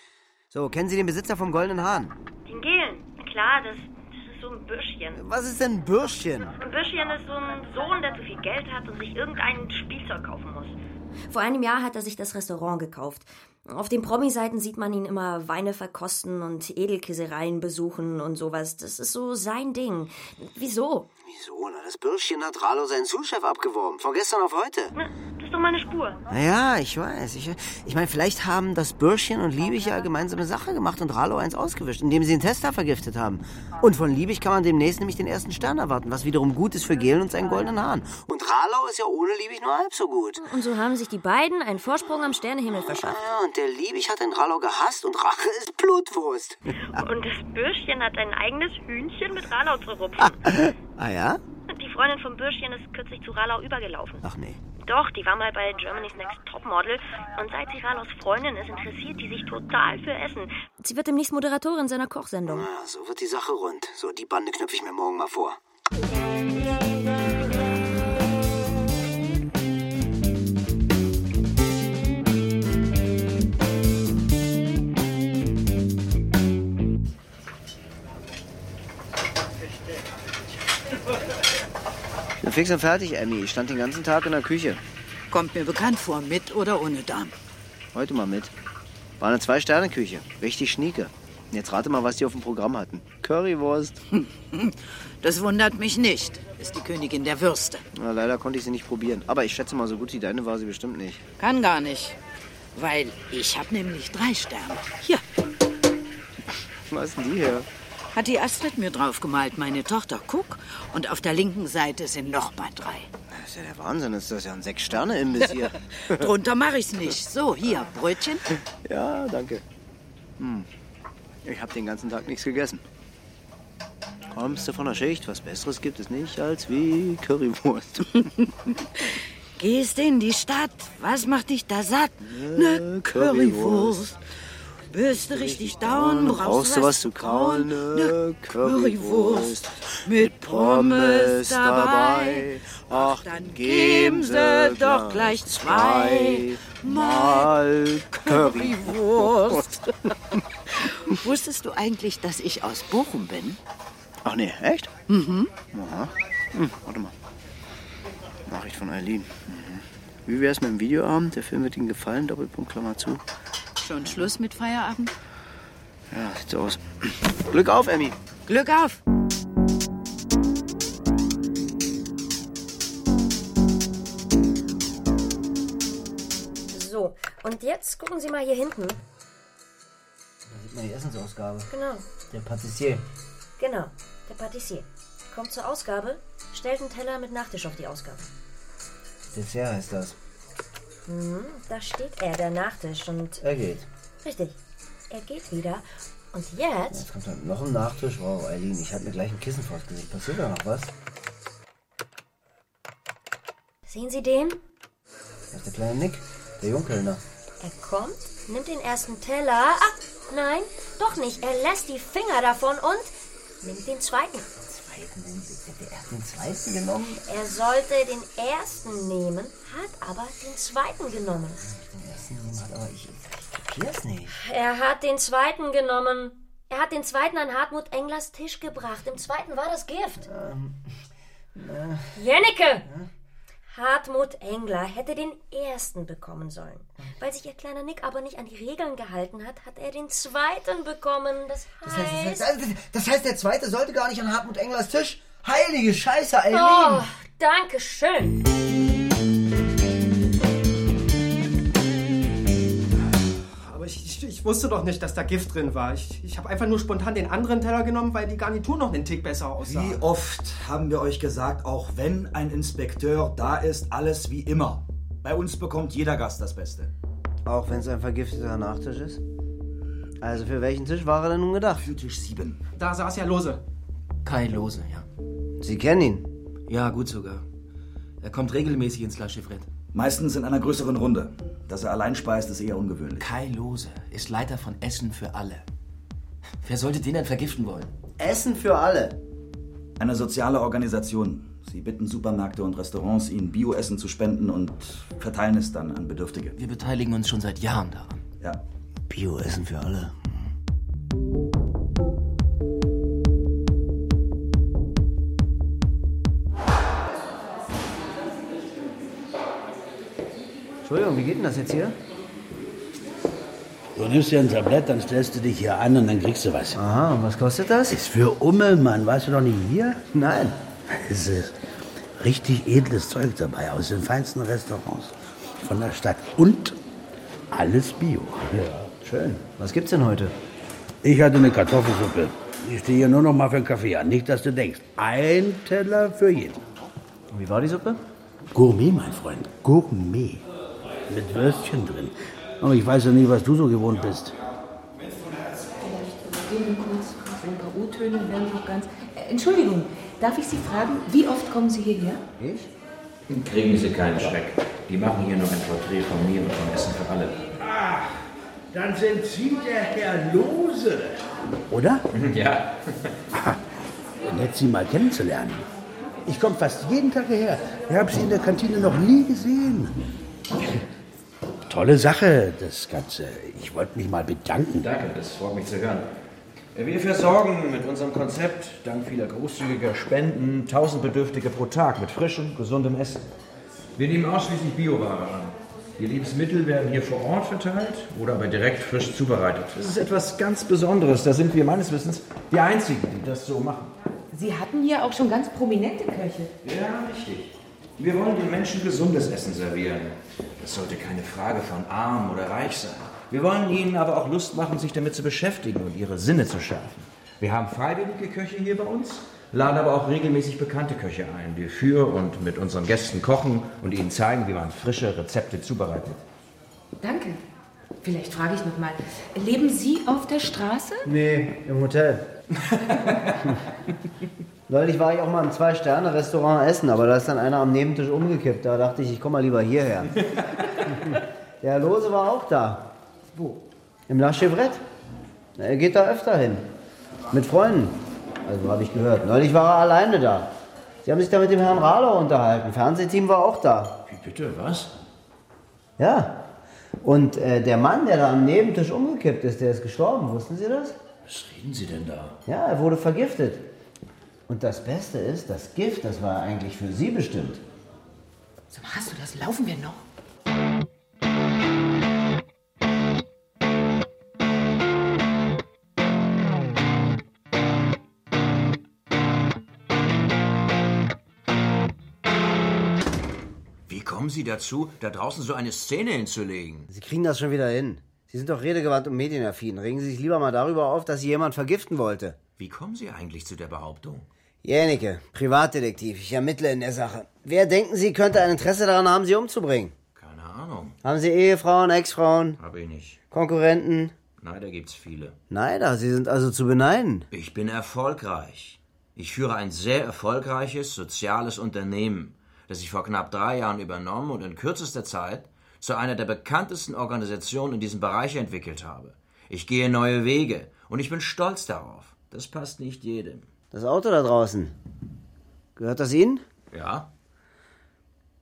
Speaker 4: So, kennen Sie den Besitzer vom Goldenen Hahn?
Speaker 9: Den Gehlen. Klar, das, das ist so ein Bürschchen.
Speaker 4: Was ist denn ein Bürschchen?
Speaker 9: Ein Bürschchen ist so ein Sohn, der zu viel Geld hat und sich irgendein Spielzeug kaufen muss.
Speaker 16: Vor einem Jahr hat er sich das Restaurant gekauft. Auf den Promi-Seiten sieht man ihn immer Weine verkosten und Edelkäsereien besuchen und sowas. Das ist so sein Ding. Wieso?
Speaker 6: Wieso? Na, das Bürschchen hat Ralo seinen Sous-Chef abgeworben. Von gestern auf heute.
Speaker 9: Das ist doch meine Spur.
Speaker 4: Naja, ich weiß. Ich, ich meine, vielleicht haben das Bürschchen und Liebig ja gemeinsame Sache gemacht und Ralo eins ausgewischt, indem sie den Tester vergiftet haben. Und von Liebig kann man demnächst nämlich den ersten Stern erwarten, was wiederum gut ist für Gehlen und seinen goldenen Hahn.
Speaker 6: Und Ralo ist ja ohne Liebig nur halb so gut.
Speaker 16: Und so haben sich die beiden einen Vorsprung am Sternehimmel verschafft.
Speaker 6: Ja, und der Liebig hat den Ralo gehasst und Rache ist Blutwurst.
Speaker 9: Und das Bürschchen hat ein eigenes Hühnchen mit Ralau zu rupfen.
Speaker 4: Ah ja?
Speaker 9: Die Freundin vom Bürschchen ist kürzlich zu Ralau übergelaufen.
Speaker 4: Ach nee.
Speaker 9: Doch, die war mal bei Germany's Next Topmodel und seit sie Ralaus Freundin ist, interessiert die sich total für Essen.
Speaker 16: Sie wird demnächst Moderatorin seiner Kochsendung.
Speaker 6: Ja, Ah, so wird die Sache rund. So, die Bande knüpfe ich mir morgen mal vor.
Speaker 4: Ich bin fix und fertig, Emmy. Ich stand den ganzen Tag in der Küche.
Speaker 29: Kommt mir bekannt vor, mit oder ohne Darm.
Speaker 4: Heute mal mit. War eine Zwei-Sterne-Küche. Richtig schnieke. Und Jetzt rate mal, was die auf dem Programm hatten. Currywurst.
Speaker 29: Das wundert mich nicht. Ist die Königin der Würste.
Speaker 4: Na, leider konnte ich sie nicht probieren. Aber ich schätze mal, so gut wie deine war sie bestimmt nicht.
Speaker 29: Kann gar nicht. Weil ich habe nämlich drei Sterne. Hier,
Speaker 4: Was ist denn die hier?
Speaker 7: Hat die Astrid mir draufgemalt, meine Tochter. Guck. Und auf der linken Seite sind nochmal drei.
Speaker 4: Das ist ja der Wahnsinn, ist das ja ein Sechs-Sterne-Imbiss hier.
Speaker 7: Drunter mache ich's nicht. So, hier, Brötchen.
Speaker 4: Ja, danke. Hm. Ich habe den ganzen Tag nichts gegessen. Kommst du von der Schicht? Was Besseres gibt es nicht als wie Currywurst.
Speaker 7: Gehst in die Stadt. Was macht dich da satt?
Speaker 4: Ne, Currywurst.
Speaker 7: Bist du richtig down,
Speaker 4: Brauchst du was zu kauen? Ne, Currywurst.
Speaker 7: Mit Pommes
Speaker 4: Pommes
Speaker 7: dabei.
Speaker 4: dabei. Ach,
Speaker 7: dann
Speaker 4: geben sie doch gleich zwei.
Speaker 7: Mal
Speaker 4: Currywurst.
Speaker 7: Wusstest du eigentlich, dass ich aus Bochum bin?
Speaker 4: Ach nee, echt?
Speaker 7: Mhm.
Speaker 4: Aha. Hm, warte mal. Nachricht von Eileen. Mhm. Wie wär's mit dem Videoabend? Der Film wird Ihnen gefallen. Doppelpunkt, Klammer zu.
Speaker 7: Schon Schluss mit Feierabend?
Speaker 4: Ja, sieht so aus. Glück auf, Emmy.
Speaker 7: Glück auf!
Speaker 16: So, und jetzt gucken Sie mal hier hinten.
Speaker 4: Da sieht man die Essensausgabe.
Speaker 16: Genau,
Speaker 4: Der Patissier.
Speaker 16: genau. Der Patissier kommt zur Ausgabe, stellt einen Teller mit Nachtisch auf die Ausgabe.
Speaker 4: Dessert heißt das.
Speaker 16: Mhm, da steht er, der Nachtisch, und
Speaker 4: Er geht.
Speaker 16: richtig, er geht wieder. Und jetzt
Speaker 4: Jetzt kommt dann noch ein Nachtisch. Wow, Eileen, ich hab mir gleich ein Kissen vors Gesicht. Passiert da noch was?
Speaker 16: sehen Sie den?
Speaker 4: Das ist der kleine Nick, der Jungkellner.
Speaker 16: Er kommt, nimmt den ersten Teller. Ah, nein, doch nicht. Er lässt die Finger davon und nimmt den zweiten.
Speaker 4: Der hat den zweiten genommen.
Speaker 16: Er sollte den ersten nehmen, hat aber den zweiten genommen.
Speaker 4: Den ersten genommen hat, aber ich, ich kapier's nicht.
Speaker 16: Er hat den zweiten genommen. Er hat den zweiten an Hartmut Englers Tisch gebracht. Im zweiten war das Gift.
Speaker 4: Äh,
Speaker 16: Jennecke! Hartmut Engler hätte den ersten bekommen sollen. Weil sich ihr kleiner Nick aber nicht an die Regeln gehalten hat, hat er den zweiten bekommen. Das heißt.
Speaker 4: Das heißt, das heißt, der zweite sollte gar nicht an Hartmut Englers Tisch. Heilige Scheiße, Eileen.
Speaker 16: oh, danke schön.
Speaker 10: Aber ich, ich, ich wusste doch nicht, dass da Gift drin war. Ich, ich habe einfach nur spontan den anderen Teller genommen, weil die Garnitur noch einen Tick besser aussah.
Speaker 3: Wie oft haben wir euch gesagt, auch wenn ein Inspekteur da ist, alles wie immer. Bei uns bekommt jeder Gast das Beste.
Speaker 4: Auch wenn es ein vergifteter Nachtisch ist? Also für welchen Tisch war er denn nun gedacht?
Speaker 3: Für Tisch 7.
Speaker 10: Da saß ja Lose.
Speaker 30: Kai Lose, ja.
Speaker 4: Sie kennen ihn?
Speaker 30: Ja, gut sogar. Er kommt regelmäßig ins La Chiffrette.
Speaker 3: Meistens in einer größeren Runde. Dass er allein speist, ist eher ungewöhnlich.
Speaker 30: Kai Lose ist Leiter von Essen für alle. Wer sollte den denn vergiften wollen?
Speaker 4: Essen für alle.
Speaker 3: Eine soziale Organisation. Sie bitten Supermärkte und Restaurants, ihnen Bioessen zu spenden und verteilen es dann an Bedürftige.
Speaker 30: Wir beteiligen uns schon seit Jahren daran.
Speaker 3: Ja.
Speaker 4: Bioessen für alle. Entschuldigung, wie geht denn das jetzt hier?
Speaker 1: Du nimmst dir ein Tablett, dann stellst du dich hier an und dann kriegst du was.
Speaker 4: Aha, und was kostet das?
Speaker 1: Ist für Umme, Mann. Warst du doch nicht hier?
Speaker 4: Nein.
Speaker 1: Es ist richtig edles Zeug dabei, aus den feinsten Restaurants von der Stadt. Und alles Bio. Ja, schön.
Speaker 4: Was gibt's denn heute?
Speaker 1: Ich hatte eine Kartoffelsuppe. Ich stehe hier nur noch mal für einen Kaffee an. Nicht, dass du denkst. Ein Teller für jeden.
Speaker 4: Wie war die Suppe?
Speaker 1: Gourmet, mein Freund. Gourmet. Mit Würstchen drin. Aber ich weiß ja nicht, was du so gewohnt bist.
Speaker 2: Eben kurz, so ein paar U-Töne werden noch ganz. Äh, Entschuldigung, darf ich Sie fragen, wie oft kommen Sie hierher?
Speaker 4: Ich?
Speaker 8: Kriegen Sie keinen Schreck. Die machen hier noch ein Porträt von mir und von Essen für alle.
Speaker 1: Dann sind Sie der Herr Lose. Oder?
Speaker 8: Ja.
Speaker 1: Nett, Sie mal kennenzulernen. Ich komme fast jeden Tag hierher. Ich habe Sie in der Kantine noch nie gesehen. Tolle Sache, das Ganze. Ich wollte mich mal bedanken.
Speaker 8: Danke, das freut mich zu hören. Äh, Wir versorgen mit unserem Konzept, dank vieler großzügiger Spenden, 1000 Bedürftige pro Tag mit frischem, gesundem Essen. Wir nehmen ausschließlich Bioware an. Die Lebensmittel werden hier vor Ort verteilt oder aber direkt frisch zubereitet. Das ist etwas ganz Besonderes. Da sind wir meines Wissens die Einzigen, die das so machen.
Speaker 2: Sie hatten hier auch schon ganz prominente Köche.
Speaker 8: Ja, richtig. Wir wollen den Menschen gesundes Essen servieren. Das sollte keine Frage von arm oder reich sein. Wir wollen ihnen aber auch Lust machen, sich damit zu beschäftigen und ihre Sinne zu schärfen. Wir haben freiwillige Köche hier bei uns, laden aber auch regelmäßig bekannte Köche ein, die für und mit unseren Gästen kochen und ihnen zeigen, wie man frische Rezepte zubereitet.
Speaker 31: Danke. Vielleicht frage ich nochmal. Leben Sie auf der Straße?
Speaker 4: Nee, im Hotel. Neulich war ich auch mal im Zwei-Sterne-Restaurant essen, aber da ist dann einer am Nebentisch umgekippt. Da dachte ich, ich komme mal lieber hierher. Der Lose war auch da.
Speaker 31: Wo?
Speaker 4: Im La Chevrette. Er geht da öfter hin. Mit Freunden. Also habe ich gehört. Neulich war er alleine da. Sie haben sich da mit dem Herrn Rahler unterhalten. Fernsehteam war auch da.
Speaker 8: Wie bitte, was?
Speaker 4: Ja. Und äh, der Mann, der da am Nebentisch umgekippt ist, der ist gestorben. Wussten Sie das?
Speaker 8: Was reden Sie denn da?
Speaker 4: Ja, er wurde vergiftet. Und das Beste ist, das Gift, das war eigentlich für Sie bestimmt.
Speaker 31: Sag mal, hast du das? Laufen wir noch?
Speaker 8: Wie kommen Sie dazu, da draußen so eine Szene hinzulegen?
Speaker 4: Sie kriegen das schon wieder hin. Sie sind doch redegewandt und medienaffin. Regen Sie sich lieber mal darüber auf, dass Sie jemand vergiften wollte.
Speaker 8: Wie kommen Sie eigentlich zu der Behauptung?
Speaker 4: Jänicke, Privatdetektiv, ich ermittle in der Sache. Wer denken Sie, könnte ein Interesse daran haben, Sie umzubringen?
Speaker 8: Keine Ahnung.
Speaker 4: Haben Sie Ehefrauen, Ex-Frauen,
Speaker 8: Habe ich nicht.
Speaker 4: Konkurrenten?
Speaker 8: Nein, da gibt's viele.
Speaker 4: Neider, Sie sind also zu beneiden.
Speaker 8: Ich bin erfolgreich. Ich führe ein sehr erfolgreiches soziales Unternehmen, das ich vor knapp drei Jahren übernommen und in kürzester Zeit zu einer der bekanntesten Organisationen in diesem Bereich entwickelt habe. Ich gehe neue Wege und ich bin stolz darauf. Das passt nicht jedem.
Speaker 4: Das Auto da draußen. Gehört das Ihnen?
Speaker 8: Ja?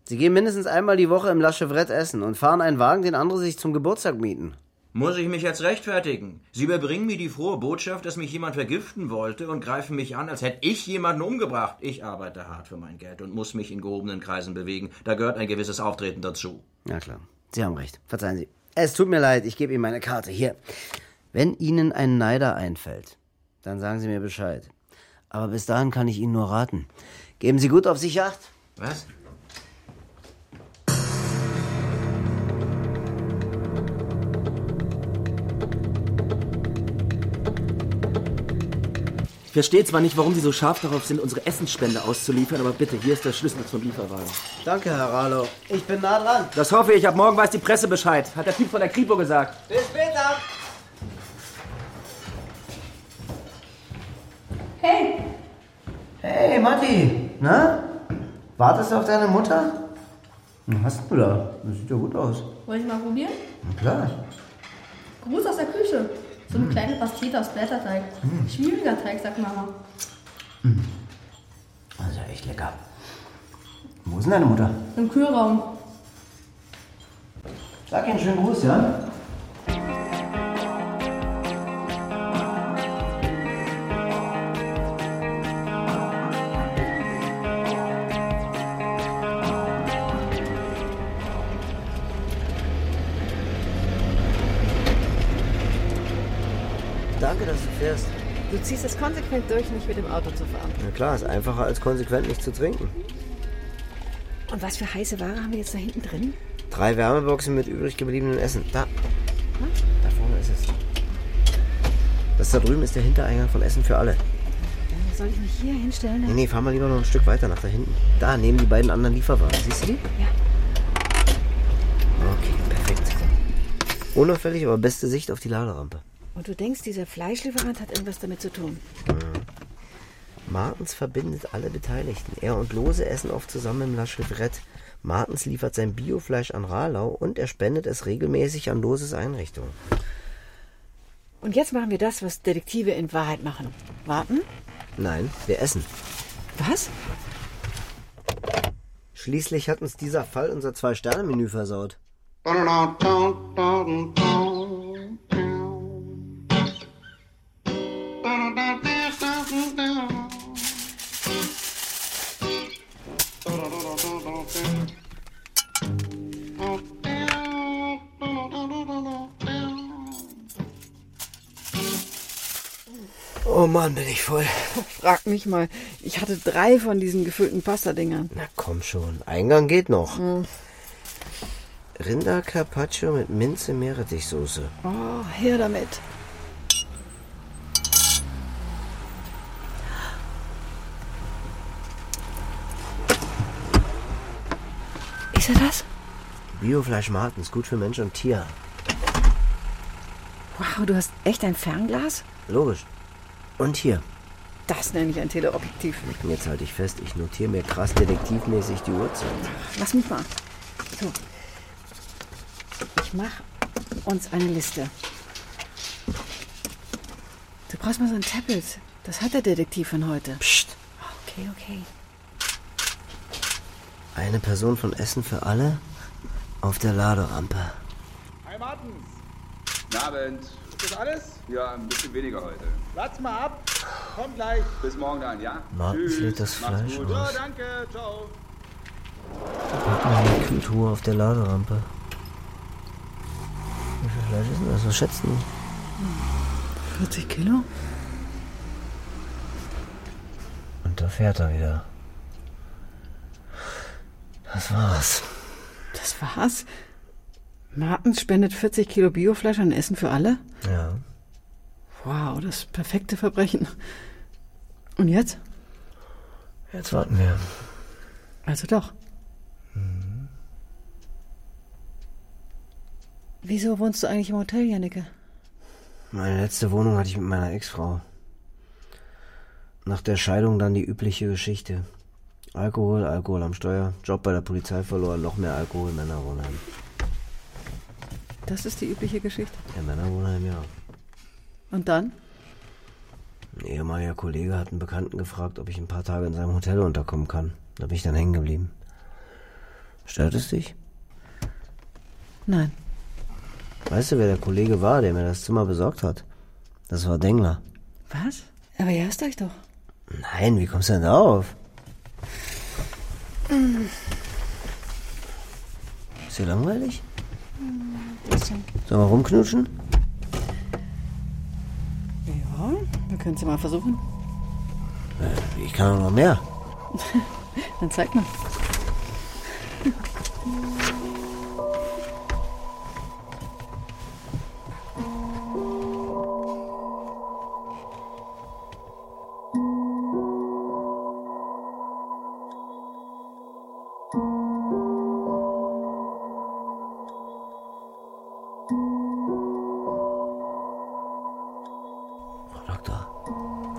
Speaker 4: Sie gehen mindestens einmal die Woche im La Chevrette essen und fahren einen Wagen, den andere sich zum Geburtstag mieten.
Speaker 8: Muss ich mich jetzt rechtfertigen? Sie überbringen mir die frohe Botschaft, dass mich jemand vergiften wollte und greifen mich an, als hätte ich jemanden umgebracht. Ich arbeite hart für mein Geld und muss mich in gehobenen Kreisen bewegen. Da gehört ein gewisses Auftreten dazu.
Speaker 4: Ja klar, Sie haben recht. Verzeihen Sie. Es tut mir leid, ich gebe Ihnen meine Karte. Hier. Wenn Ihnen ein Neider einfällt, dann sagen Sie mir Bescheid. Aber bis dahin kann ich Ihnen nur raten. Geben Sie gut auf sich acht.
Speaker 8: Was?
Speaker 3: Ich verstehe zwar nicht, warum Sie so scharf darauf sind, unsere Essensspende auszuliefern, aber bitte, hier ist der Schlüssel zum Lieferwagen.
Speaker 4: Danke, Herr Ralo. Ich bin nah dran.
Speaker 3: Das hoffe ich. Ab morgen weiß die Presse Bescheid. Hat der Typ von der Kripo gesagt.
Speaker 4: Bis später.
Speaker 31: Hey!
Speaker 4: Hey, Matti. Na? Wartest du auf deine Mutter? Was hast du da? Das sieht ja gut aus.
Speaker 17: Wollen Sie mal probieren?
Speaker 4: Na klar.
Speaker 17: Gruß aus der Küche. So eine kleine Pastete aus Blätterteig.
Speaker 4: Hm.
Speaker 17: Schwieriger Teig, sagt Mama.
Speaker 4: Das ist ja echt lecker. Wo ist denn deine Mutter?
Speaker 17: Im Kühlraum.
Speaker 4: Sag ihr einen schönen Gruß, ja? Danke, dass du fährst.
Speaker 7: Du ziehst es konsequent durch, nicht mit dem Auto zu fahren.
Speaker 4: Na klar, ist einfacher als konsequent nicht zu trinken.
Speaker 7: Und was für heiße Ware haben wir jetzt da hinten drin?
Speaker 4: Drei Wärmeboxen mit übrig gebliebenem Essen. Da,
Speaker 7: Hm?
Speaker 4: da vorne ist es. Das da drüben ist der Hintereingang von Essen für alle.
Speaker 7: Soll ich mich hier hinstellen?
Speaker 4: Nee, nee, fahren wir lieber noch ein Stück weiter nach da hinten. Da nehmen die beiden anderen Lieferwagen. Siehst du die?
Speaker 7: Ja.
Speaker 4: Okay, perfekt. Unauffällig, aber beste Sicht auf die Laderampe.
Speaker 7: Und du denkst, dieser Fleischlieferant hat irgendwas damit zu tun?
Speaker 4: Mhm. Martens verbindet alle Beteiligten. Er und Lose essen oft zusammen im La Chevrette. Martens liefert sein Biofleisch an Rahlau und er spendet es regelmäßig an Loses Einrichtung.
Speaker 7: Und jetzt machen wir das, was Detektive in Wahrheit machen. Warten?
Speaker 4: Nein, wir essen.
Speaker 7: Was?
Speaker 4: Schließlich hat uns dieser Fall unser Zwei-Sterne-Menü versaut. Oh Mann, bin ich voll.
Speaker 7: Frag mich mal. Ich hatte drei von diesen gefüllten Pasta-Dingern.
Speaker 4: Na komm schon, Eingang geht noch.
Speaker 7: Hm.
Speaker 4: Rinder Carpaccio mit Minze Meerrettichsoße.
Speaker 7: Oh, her damit. Ist er das?
Speaker 4: Biofleisch Martens, gut für Mensch und Tier.
Speaker 7: Wow, du hast echt ein Fernglas?
Speaker 4: Logisch. Und hier.
Speaker 7: Das nenne ich ein Teleobjektiv.
Speaker 4: Und Jetzt halte ich fest, ich notiere mir krass detektivmäßig die Uhrzeit.
Speaker 7: Lass mich mal. So. Ich mache uns eine Liste. Du brauchst mal so ein Tablet. Das hat der Detektiv von heute. Psst. Okay, okay.
Speaker 4: Eine Person von Essen für alle auf der Laderampe.
Speaker 32: Hi Martens. Guten Abend. Ist das alles?
Speaker 8: Ja, ein bisschen weniger heute.
Speaker 32: Wart's mal ab. Komm gleich.
Speaker 8: Bis morgen dann, ja?
Speaker 4: Martens lädt das Fleisch
Speaker 32: So,
Speaker 4: aus.
Speaker 32: danke. Ciao.
Speaker 4: Eine Kultur auf der Laderampe. Wie viel Fleisch ist denn das? Was schätzt du?
Speaker 7: 40 Kilo?
Speaker 4: Und da fährt er wieder. Das war's.
Speaker 7: Das war's? Martens spendet 40 Kilo Biofleisch an Essen für alle?
Speaker 4: Ja.
Speaker 7: Wow, das perfekte Verbrechen. Und jetzt?
Speaker 4: Jetzt warten wir.
Speaker 7: Also doch. Wieso wohnst du eigentlich im Hotel, Jannike?
Speaker 4: Meine letzte Wohnung hatte ich mit meiner Ex-Frau. Nach der Scheidung dann die übliche Geschichte. Alkohol, Alkohol am Steuer, Job bei der Polizei verloren, noch mehr Alkohol, Männerwohnheim.
Speaker 7: Das ist die übliche Geschichte.
Speaker 4: Ja, Männerwohnheim, ja.
Speaker 7: Und dann?
Speaker 4: Ein ehemaliger Kollege hat einen Bekannten gefragt, ob ich ein paar Tage in seinem Hotel unterkommen kann. Da bin ich dann hängen geblieben. Stört es dich?
Speaker 7: Nein.
Speaker 4: Weißt du, wer der Kollege war, der mir das Zimmer besorgt hat? Das war Dengler.
Speaker 7: Was? Aber ihr hasst euch doch.
Speaker 4: Nein, wie kommst du denn darauf? Ist dir langweilig? Sollen wir rumknutschen?
Speaker 7: Ja, wir können es ja mal versuchen.
Speaker 4: Äh, Ich kann auch noch mehr.
Speaker 7: Dann zeig mal.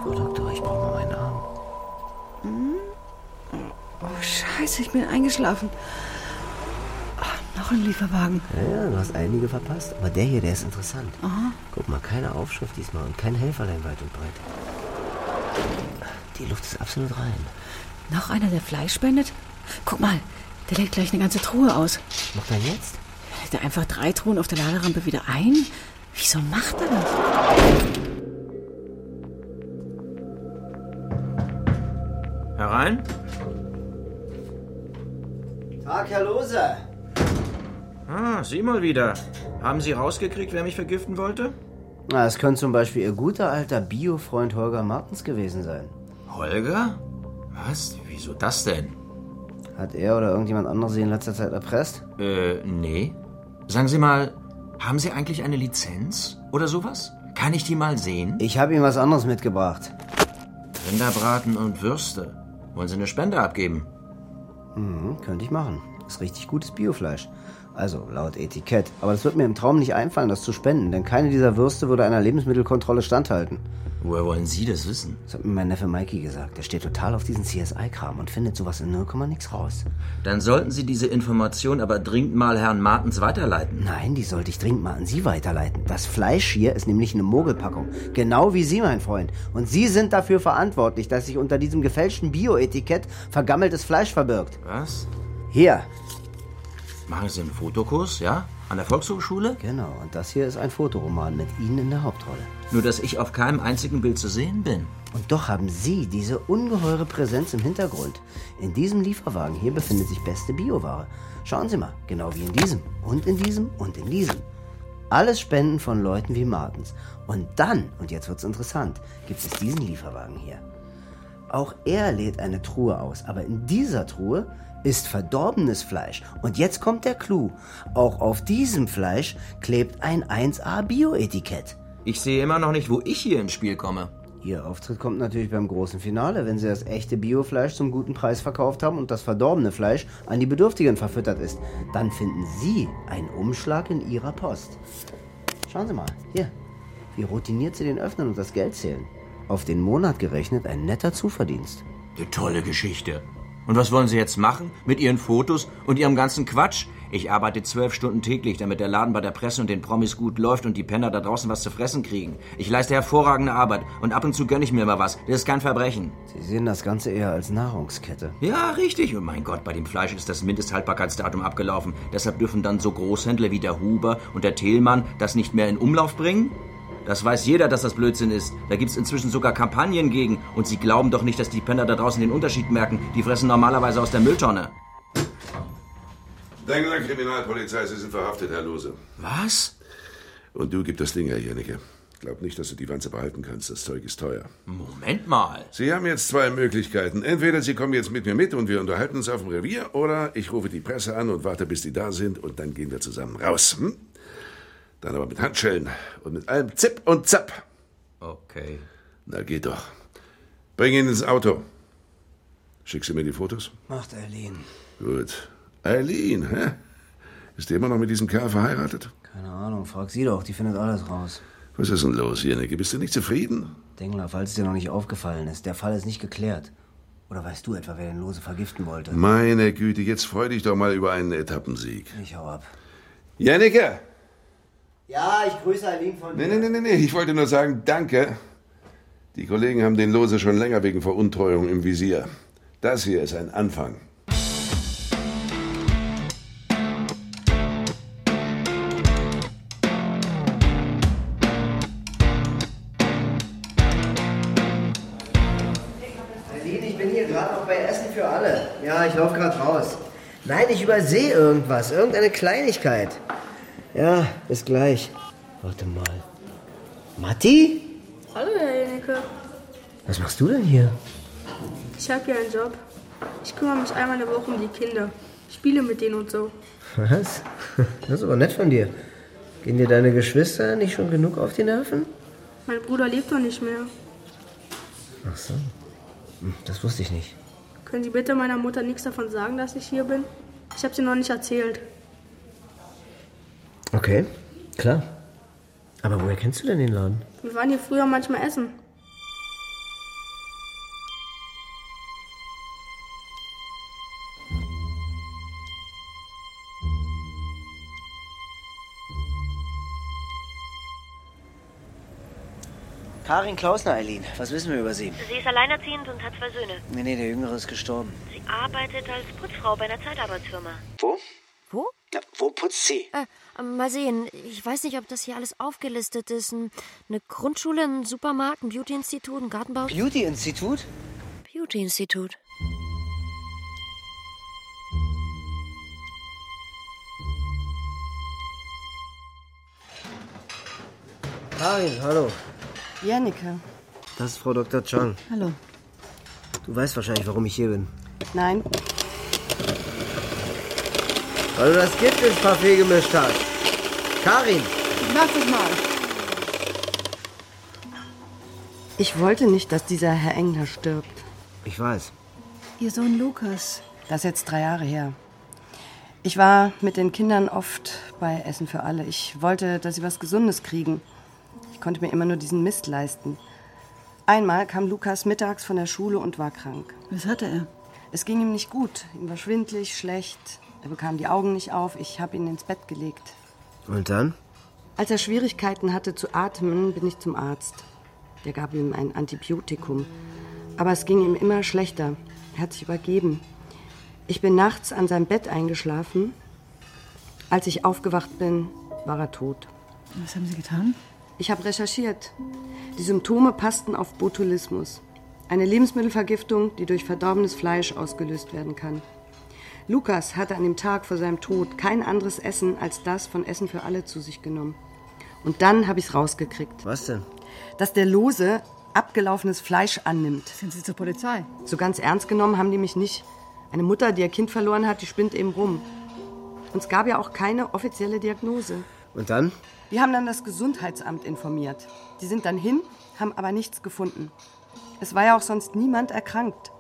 Speaker 4: Frau Doktor, ich brauche mal meinen Arm.
Speaker 7: Oh, scheiße, ich bin eingeschlafen. Ah, noch ein Lieferwagen.
Speaker 4: Ja, ja, du hast einige verpasst, aber der hier, der ist interessant.
Speaker 7: Aha.
Speaker 4: Guck mal, keine Aufschrift diesmal und kein Helferlein weit und breit. Die Luft ist absolut rein.
Speaker 7: Noch einer, der Fleisch spendet? Guck mal, der lädt gleich eine ganze Truhe aus.
Speaker 4: Macht er jetzt?
Speaker 7: Lädt er einfach drei Truhen auf der Laderampe wieder ein? Wieso macht er das?
Speaker 8: Herein?
Speaker 4: Tag, Herr Lose.
Speaker 8: Ah, Sie mal wieder. Haben Sie rausgekriegt, wer mich vergiften wollte?
Speaker 4: Na, es könnte zum Beispiel Ihr guter alter Bio-Freund Holger Martens gewesen sein.
Speaker 8: Holger? Was? Wieso das denn?
Speaker 4: Hat er oder irgendjemand anderes Sie in letzter Zeit erpresst?
Speaker 8: Äh, nee. Sagen Sie mal, haben Sie eigentlich eine Lizenz oder sowas? Kann ich die mal sehen?
Speaker 4: Ich habe ihm was anderes mitgebracht.
Speaker 8: Rinderbraten und Würste. Wollen Sie eine Spende abgeben?
Speaker 4: Mhm, könnte ich machen. Ist richtig gutes Biofleisch. Also laut Etikett. Aber das wird mir im Traum nicht einfallen, das zu spenden, denn keine dieser Würste würde einer Lebensmittelkontrolle standhalten.
Speaker 8: Woher wollen Sie das wissen?
Speaker 4: Das hat mir mein Neffe Mikey gesagt. Der steht total auf diesen CSI-Kram und findet sowas in 0, nix raus.
Speaker 8: Dann sollten Sie diese Information aber dringend mal Herrn Martens weiterleiten.
Speaker 4: Nein, die sollte ich dringend mal an Sie weiterleiten. Das Fleisch hier ist nämlich eine Mogelpackung. Genau wie Sie, mein Freund. Und Sie sind dafür verantwortlich, dass sich unter diesem gefälschten Bio-Etikett vergammeltes Fleisch verbirgt.
Speaker 8: Was?
Speaker 4: Hier.
Speaker 8: Machen Sie einen Fotokurs, ja? An der Volkshochschule?
Speaker 4: Genau, und das hier ist ein Fotoroman mit Ihnen in der Hauptrolle.
Speaker 8: Nur, dass ich auf keinem einzigen Bild zu sehen bin.
Speaker 4: Und doch haben Sie diese ungeheure Präsenz im Hintergrund. In diesem Lieferwagen hier befindet sich beste Bioware. Schauen Sie mal, genau wie in diesem und in diesem und in diesem. Alles Spenden von Leuten wie Martens. Und dann, und jetzt wird's interessant, gibt es diesen Lieferwagen hier. Auch er lädt eine Truhe aus, aber in dieser Truhe ist verdorbenes Fleisch. Und jetzt kommt der Clou. Auch auf diesem Fleisch klebt ein 1A Bio-Etikett.
Speaker 8: Ich sehe immer noch nicht, wo ich hier ins Spiel komme.
Speaker 4: Ihr Auftritt kommt natürlich beim großen Finale, wenn Sie das echte Biofleisch zum guten Preis verkauft haben und das verdorbene Fleisch an die Bedürftigen verfüttert ist. Dann finden Sie einen Umschlag in Ihrer Post. Schauen Sie mal, hier, wie routiniert Sie den öffnen und das Geld zählen. Auf den Monat gerechnet ein netter Zuverdienst.
Speaker 8: Eine tolle Geschichte. Und was wollen Sie jetzt machen? Mit Ihren Fotos und Ihrem ganzen Quatsch? Ich arbeite zwölf Stunden täglich, damit der Laden bei der Presse und den Promis gut läuft und die Penner da draußen was zu fressen kriegen. Ich leiste hervorragende Arbeit und ab und zu gönne ich mir mal was. Das ist kein Verbrechen.
Speaker 4: Sie sehen das Ganze eher als Nahrungskette.
Speaker 8: Ja, richtig. Und mein Gott, bei dem Fleisch ist das Mindesthaltbarkeitsdatum abgelaufen. Deshalb dürfen dann so Großhändler wie der Huber und der Thälmann das nicht mehr in Umlauf bringen? Das weiß jeder, dass das Blödsinn ist. Da gibt's inzwischen sogar Kampagnen gegen. Und Sie glauben doch nicht, dass die Penner da draußen den Unterschied merken. Die fressen normalerweise aus der Mülltonne.
Speaker 28: Dengeler Kriminalpolizei, Sie sind verhaftet, Herr Lose.
Speaker 8: Was?
Speaker 28: Und du gib das Ding her, Jennecke. Glaub nicht, dass du die Wanze behalten kannst. Das Zeug ist teuer.
Speaker 8: Moment mal.
Speaker 28: Sie haben jetzt zwei Möglichkeiten. Entweder Sie kommen jetzt mit mir mit und wir unterhalten uns auf dem Revier, oder ich rufe die Presse an und warte, bis die da sind und dann gehen wir zusammen raus. Hm? Dann aber mit Handschellen und mit allem Zip und Zap.
Speaker 8: Okay.
Speaker 28: Na, geht doch. Bring ihn ins Auto. Schickst du mir die Fotos?
Speaker 4: Macht Eileen.
Speaker 28: Gut. Eileen, hä? Ist die immer noch mit diesem Kerl verheiratet?
Speaker 4: Keine Ahnung, frag sie doch, die findet alles raus.
Speaker 28: Was ist denn los, Jennecke? Bist du nicht zufrieden?
Speaker 4: Dengler, falls dir noch nicht aufgefallen ist, der Fall ist nicht geklärt. Oder weißt du etwa, wer den Lose vergiften wollte?
Speaker 28: Meine Güte, jetzt freu dich doch mal über einen Etappensieg.
Speaker 4: Ich hau ab.
Speaker 28: Jennecke!
Speaker 4: Ja, ich grüße Eileen von
Speaker 28: Nee, nee, nee, nee, nee, ich wollte nur sagen, danke. Die Kollegen haben den Lose schon länger wegen Veruntreuung im Visier. Das hier ist ein Anfang.
Speaker 4: Berlin, ich bin hier gerade noch bei Essen für alle. Ja, ich laufe gerade raus. Nein, ich übersehe irgendwas, irgendeine Kleinigkeit. Ja, bis gleich. Warte mal. Matti?
Speaker 17: Hallo, Herr Jenecke.
Speaker 4: Was machst du denn hier?
Speaker 17: Ich habe hier einen Job. Ich kümmere mich einmal in der Woche um die Kinder. Spiele mit denen und so.
Speaker 4: Was? Das ist aber nett von dir. Gehen dir deine Geschwister nicht schon genug auf die Nerven?
Speaker 17: Mein Bruder lebt doch nicht mehr.
Speaker 4: Ach so. Hm, Das wusste ich nicht.
Speaker 17: Können Sie bitte meiner Mutter nichts davon sagen, dass ich hier bin? Ich habe sie noch nicht erzählt.
Speaker 4: Okay, klar. Aber woher kennst du denn den Laden?
Speaker 17: Wir waren hier früher manchmal essen.
Speaker 33: Karin Klausner, Eileen. Was wissen wir über sie?
Speaker 34: Sie ist alleinerziehend und hat zwei Söhne.
Speaker 33: Nee, nee, der Jüngere ist gestorben.
Speaker 34: Sie arbeitet als Putzfrau bei einer Zeitarbeitsfirma.
Speaker 33: Wo?
Speaker 16: Wo?
Speaker 33: Ja, wo putzt sie?
Speaker 16: Äh, mal sehen. Ich weiß nicht, ob das hier alles aufgelistet ist. Ein- Eine Grundschule, ein Supermarkt, ein Beauty-Institut, ein Gartenbau.
Speaker 33: Beauty-Institut?
Speaker 16: Beauty-Institut.
Speaker 4: Karin, hallo.
Speaker 20: Jannike.
Speaker 4: Das ist Frau Dr. Chang.
Speaker 20: Hallo.
Speaker 4: Du weißt wahrscheinlich, warum ich hier bin.
Speaker 20: Nein.
Speaker 4: Weil du Also das Gift ins Parfait gemischt hast. Karin!
Speaker 20: Mach das mal. Ich wollte nicht, dass dieser Herr Engler stirbt.
Speaker 4: Ich weiß.
Speaker 20: Ihr Sohn Lukas. Das ist jetzt drei Jahre her. Ich war mit den Kindern oft bei Essen für alle. Ich wollte, dass sie was Gesundes kriegen. Ich konnte mir immer nur diesen Mist leisten. Einmal kam Lukas mittags von der Schule und war krank.
Speaker 35: Was hatte er?
Speaker 20: Es ging ihm nicht gut. Ihm war schwindlig, schlecht. Er bekam die Augen nicht auf. Ich habe ihn ins Bett gelegt.
Speaker 4: Und dann?
Speaker 20: Als er Schwierigkeiten hatte zu atmen, bin ich zum Arzt. Der gab ihm ein Antibiotikum. Aber es ging ihm immer schlechter. Er hat sich übergeben. Ich bin nachts an seinem Bett eingeschlafen. Als ich aufgewacht bin, war er tot.
Speaker 35: Was haben Sie getan?
Speaker 20: Ich habe recherchiert. Die Symptome passten auf Botulismus. Eine Lebensmittelvergiftung, die durch verdorbenes Fleisch ausgelöst werden kann. Lukas hatte an dem Tag vor seinem Tod kein anderes Essen als das von Essen für alle zu sich genommen. Und dann habe ich es rausgekriegt.
Speaker 4: Was denn?
Speaker 20: Dass der Lose abgelaufenes Fleisch annimmt.
Speaker 35: Sind Sie zur Polizei?
Speaker 20: So ganz ernst genommen haben die mich nicht. Eine Mutter, die ihr Kind verloren hat, die spinnt eben rum. Und es gab ja auch keine offizielle Diagnose.
Speaker 4: Und dann?
Speaker 20: Wir haben dann das Gesundheitsamt informiert. Die sind dann hin, haben aber nichts gefunden. Es war ja auch sonst niemand erkrankt.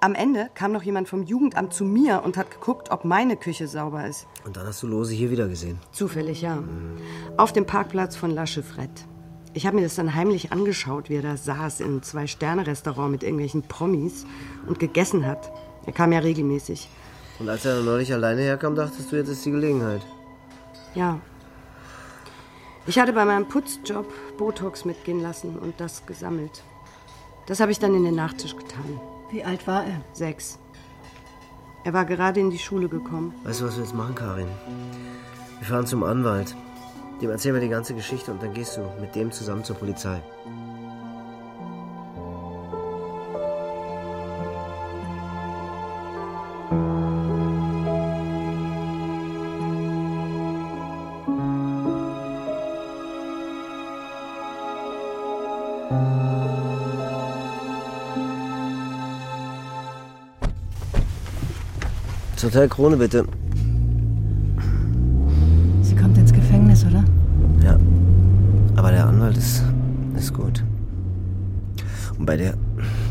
Speaker 20: Am Ende kam noch jemand vom Jugendamt zu mir und hat geguckt, ob meine Küche sauber ist.
Speaker 4: Und dann hast du Lose hier wieder gesehen.
Speaker 20: Zufällig, ja. Auf dem Parkplatz von La Chiffrette. Ich habe mir das dann heimlich angeschaut, wie er da saß im Zwei-Sterne-Restaurant mit irgendwelchen Promis und gegessen hat. Er kam ja regelmäßig.
Speaker 4: Und als er neulich alleine herkam, dachtest du, jetzt ist die Gelegenheit.
Speaker 20: Ja. Ich hatte bei meinem Putzjob Botox mitgehen lassen und das gesammelt. Das habe ich dann in den Nachtisch getan.
Speaker 7: Wie alt war er?
Speaker 20: Sechs. Er war gerade in die Schule gekommen.
Speaker 4: Weißt du, was wir jetzt machen, Karin? Wir fahren zum Anwalt. Dem erzählen wir die ganze Geschichte und dann gehst du mit dem zusammen zur Polizei. Das Hotel Krone, bitte.
Speaker 7: Sie kommt ins Gefängnis, oder?
Speaker 4: Ja. Aber der Anwalt ist, ist gut. Und bei der,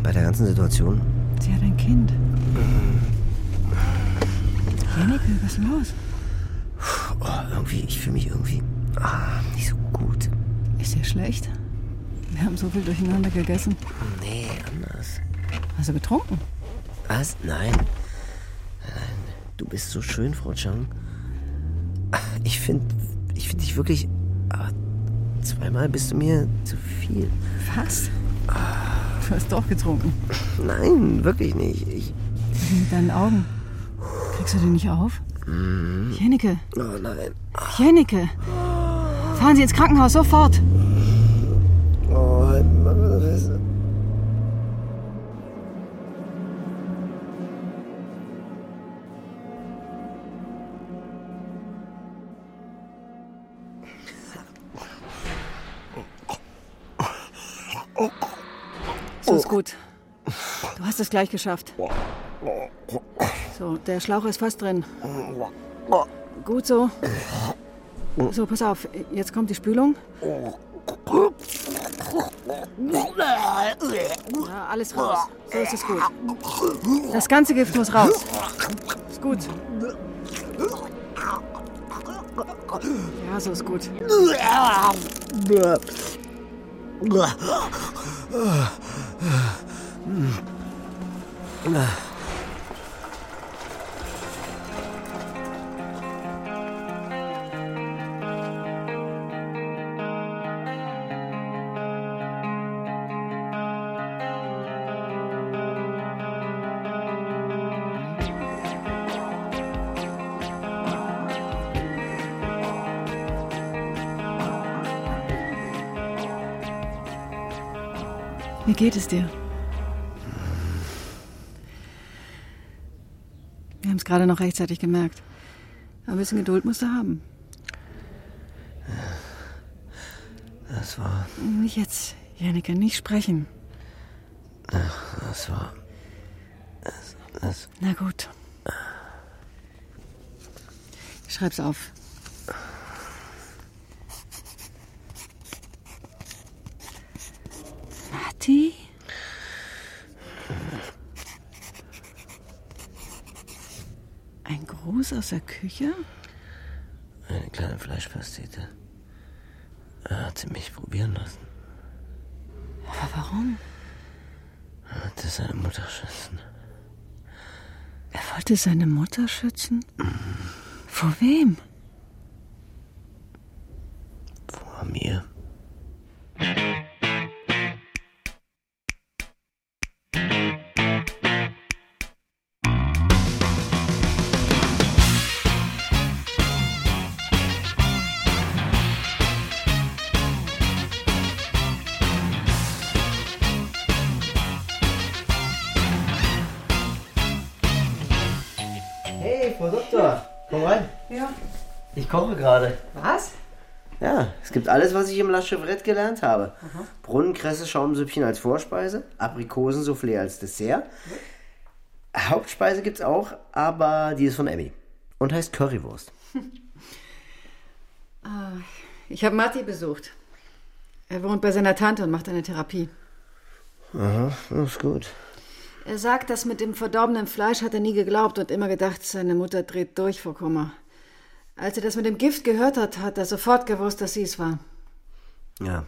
Speaker 4: bei der ganzen Situation,
Speaker 7: Sie hat ein Kind. Jennecke, was ist los?
Speaker 4: oh, irgendwie, ich fühle mich irgendwie ah, nicht so gut.
Speaker 7: Ist ihr schlecht? Wir haben so viel durcheinander gegessen.
Speaker 4: Nee, anders.
Speaker 7: Hast du getrunken?
Speaker 4: Was? Nein. Nein. Du bist so schön, Frau Chang. Ich finde ich find dich wirklich. ah, Zweimal bist du mir zu viel. Ah.
Speaker 7: Was? Du hast doch getrunken.
Speaker 4: Nein, wirklich nicht. Ich.
Speaker 7: Mit deinen Augen. Kriegst du den nicht auf?
Speaker 4: Mhm.
Speaker 7: Jennecke,
Speaker 4: Oh nein.
Speaker 7: Jennecke! Fahren Sie ins Krankenhaus, sofort!
Speaker 4: Oh, halt mal fest.
Speaker 7: So ist gut. Du hast es gleich geschafft. So, der Schlauch ist fast drin. Gut so. So, pass auf. Jetzt kommt die Spülung. Ja, alles raus. So ist es gut. Das ganze Gift muss raus. Ist gut. Ja, so ist gut. Wie geht es dir? Wir haben es gerade noch rechtzeitig gemerkt. Aber ein bisschen Geduld musst du haben.
Speaker 4: Das war.
Speaker 7: Nicht jetzt, Jannike, nicht sprechen.
Speaker 4: Das war. Das, das,
Speaker 7: Na gut. Schreib's auf. Matti? Ein Gruß aus der Küche?
Speaker 4: Eine kleine Fleischpastete. Er hat sie mich probieren lassen.
Speaker 7: Aber warum?
Speaker 4: Er wollte seine Mutter schützen.
Speaker 7: Er wollte seine Mutter schützen? Vor wem?
Speaker 4: Vor mir.
Speaker 1: Hey, Frau Doktor, komm rein.
Speaker 36: Ja.
Speaker 1: Ich koche gerade.
Speaker 36: Was?
Speaker 1: Ja, es gibt alles, was ich im La Chevrette gelernt habe. Brunnenkresse, Schaumsüppchen als Vorspeise, Aprikosensoufflé als Dessert. Hauptspeise gibt's auch, aber die ist von Emmy und heißt Currywurst.
Speaker 7: Ah,
Speaker 36: Ich habe Matti besucht.
Speaker 7: Er wohnt bei seiner Tante und macht eine Therapie.
Speaker 4: Aha, das ist gut.
Speaker 7: Er sagt, das mit dem verdorbenen Fleisch hat er nie geglaubt und immer gedacht, seine Mutter dreht durch vor Kummer. Als er das mit dem Gift gehört hat, hat er sofort gewusst, dass sie es war.
Speaker 4: Ja.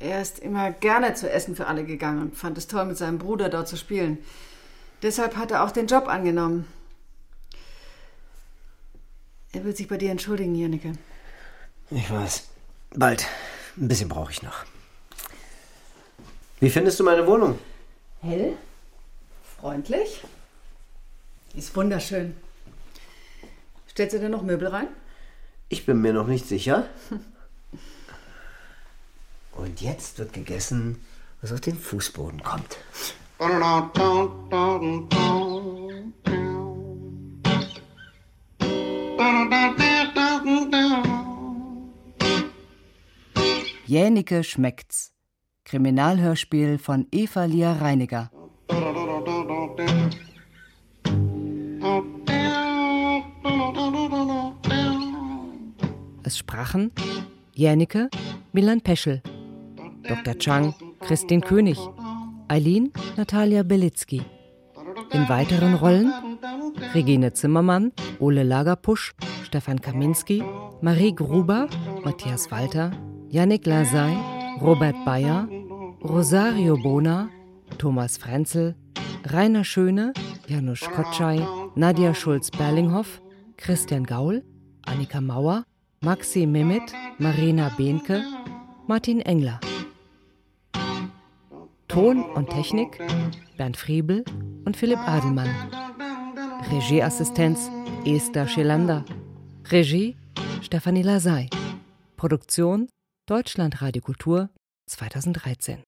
Speaker 7: Er ist immer gerne zu Essen für alle gegangen und fand es toll, mit seinem Bruder dort zu spielen. Deshalb hat er auch den Job angenommen. Er will sich bei dir entschuldigen, Jannike.
Speaker 4: Ich weiß. Bald. Ein bisschen brauche ich noch. Wie findest du meine Wohnung?
Speaker 7: Hell, freundlich. Ist wunderschön. Stellst du denn noch Möbel rein?
Speaker 4: Ich bin mir noch nicht sicher. Und jetzt wird gegessen, was auf den Fußboden kommt.
Speaker 2: Jänike schmeckt's. Kriminalhörspiel von Eva Lia Reiniger. Es sprachen Jänike, Milan Peschel, Dr. Chang, Christin König, Eileen, Natalia Belitzky. In weiteren Rollen Regine Zimmermann, Ole Lagerpusch, Stefan Kaminski, Marie Gruber, Matthias Walter, Yannick Lasey, Robert Bayer, Rosario Bona, Thomas Frenzel, Rainer Schöne, Janusz Kotschei, Nadja Schulz-Berlinghoff, Christian Gaul, Annika Mauer, Maxi Mimit, Marina Behnke, Martin Engler. Ton und Technik Bernd Friebel und Philipp Adelmann. Regieassistenz Esther Schelander. Regie Stefanie Lasey. Produktion Deutschlandradio Kultur 2013.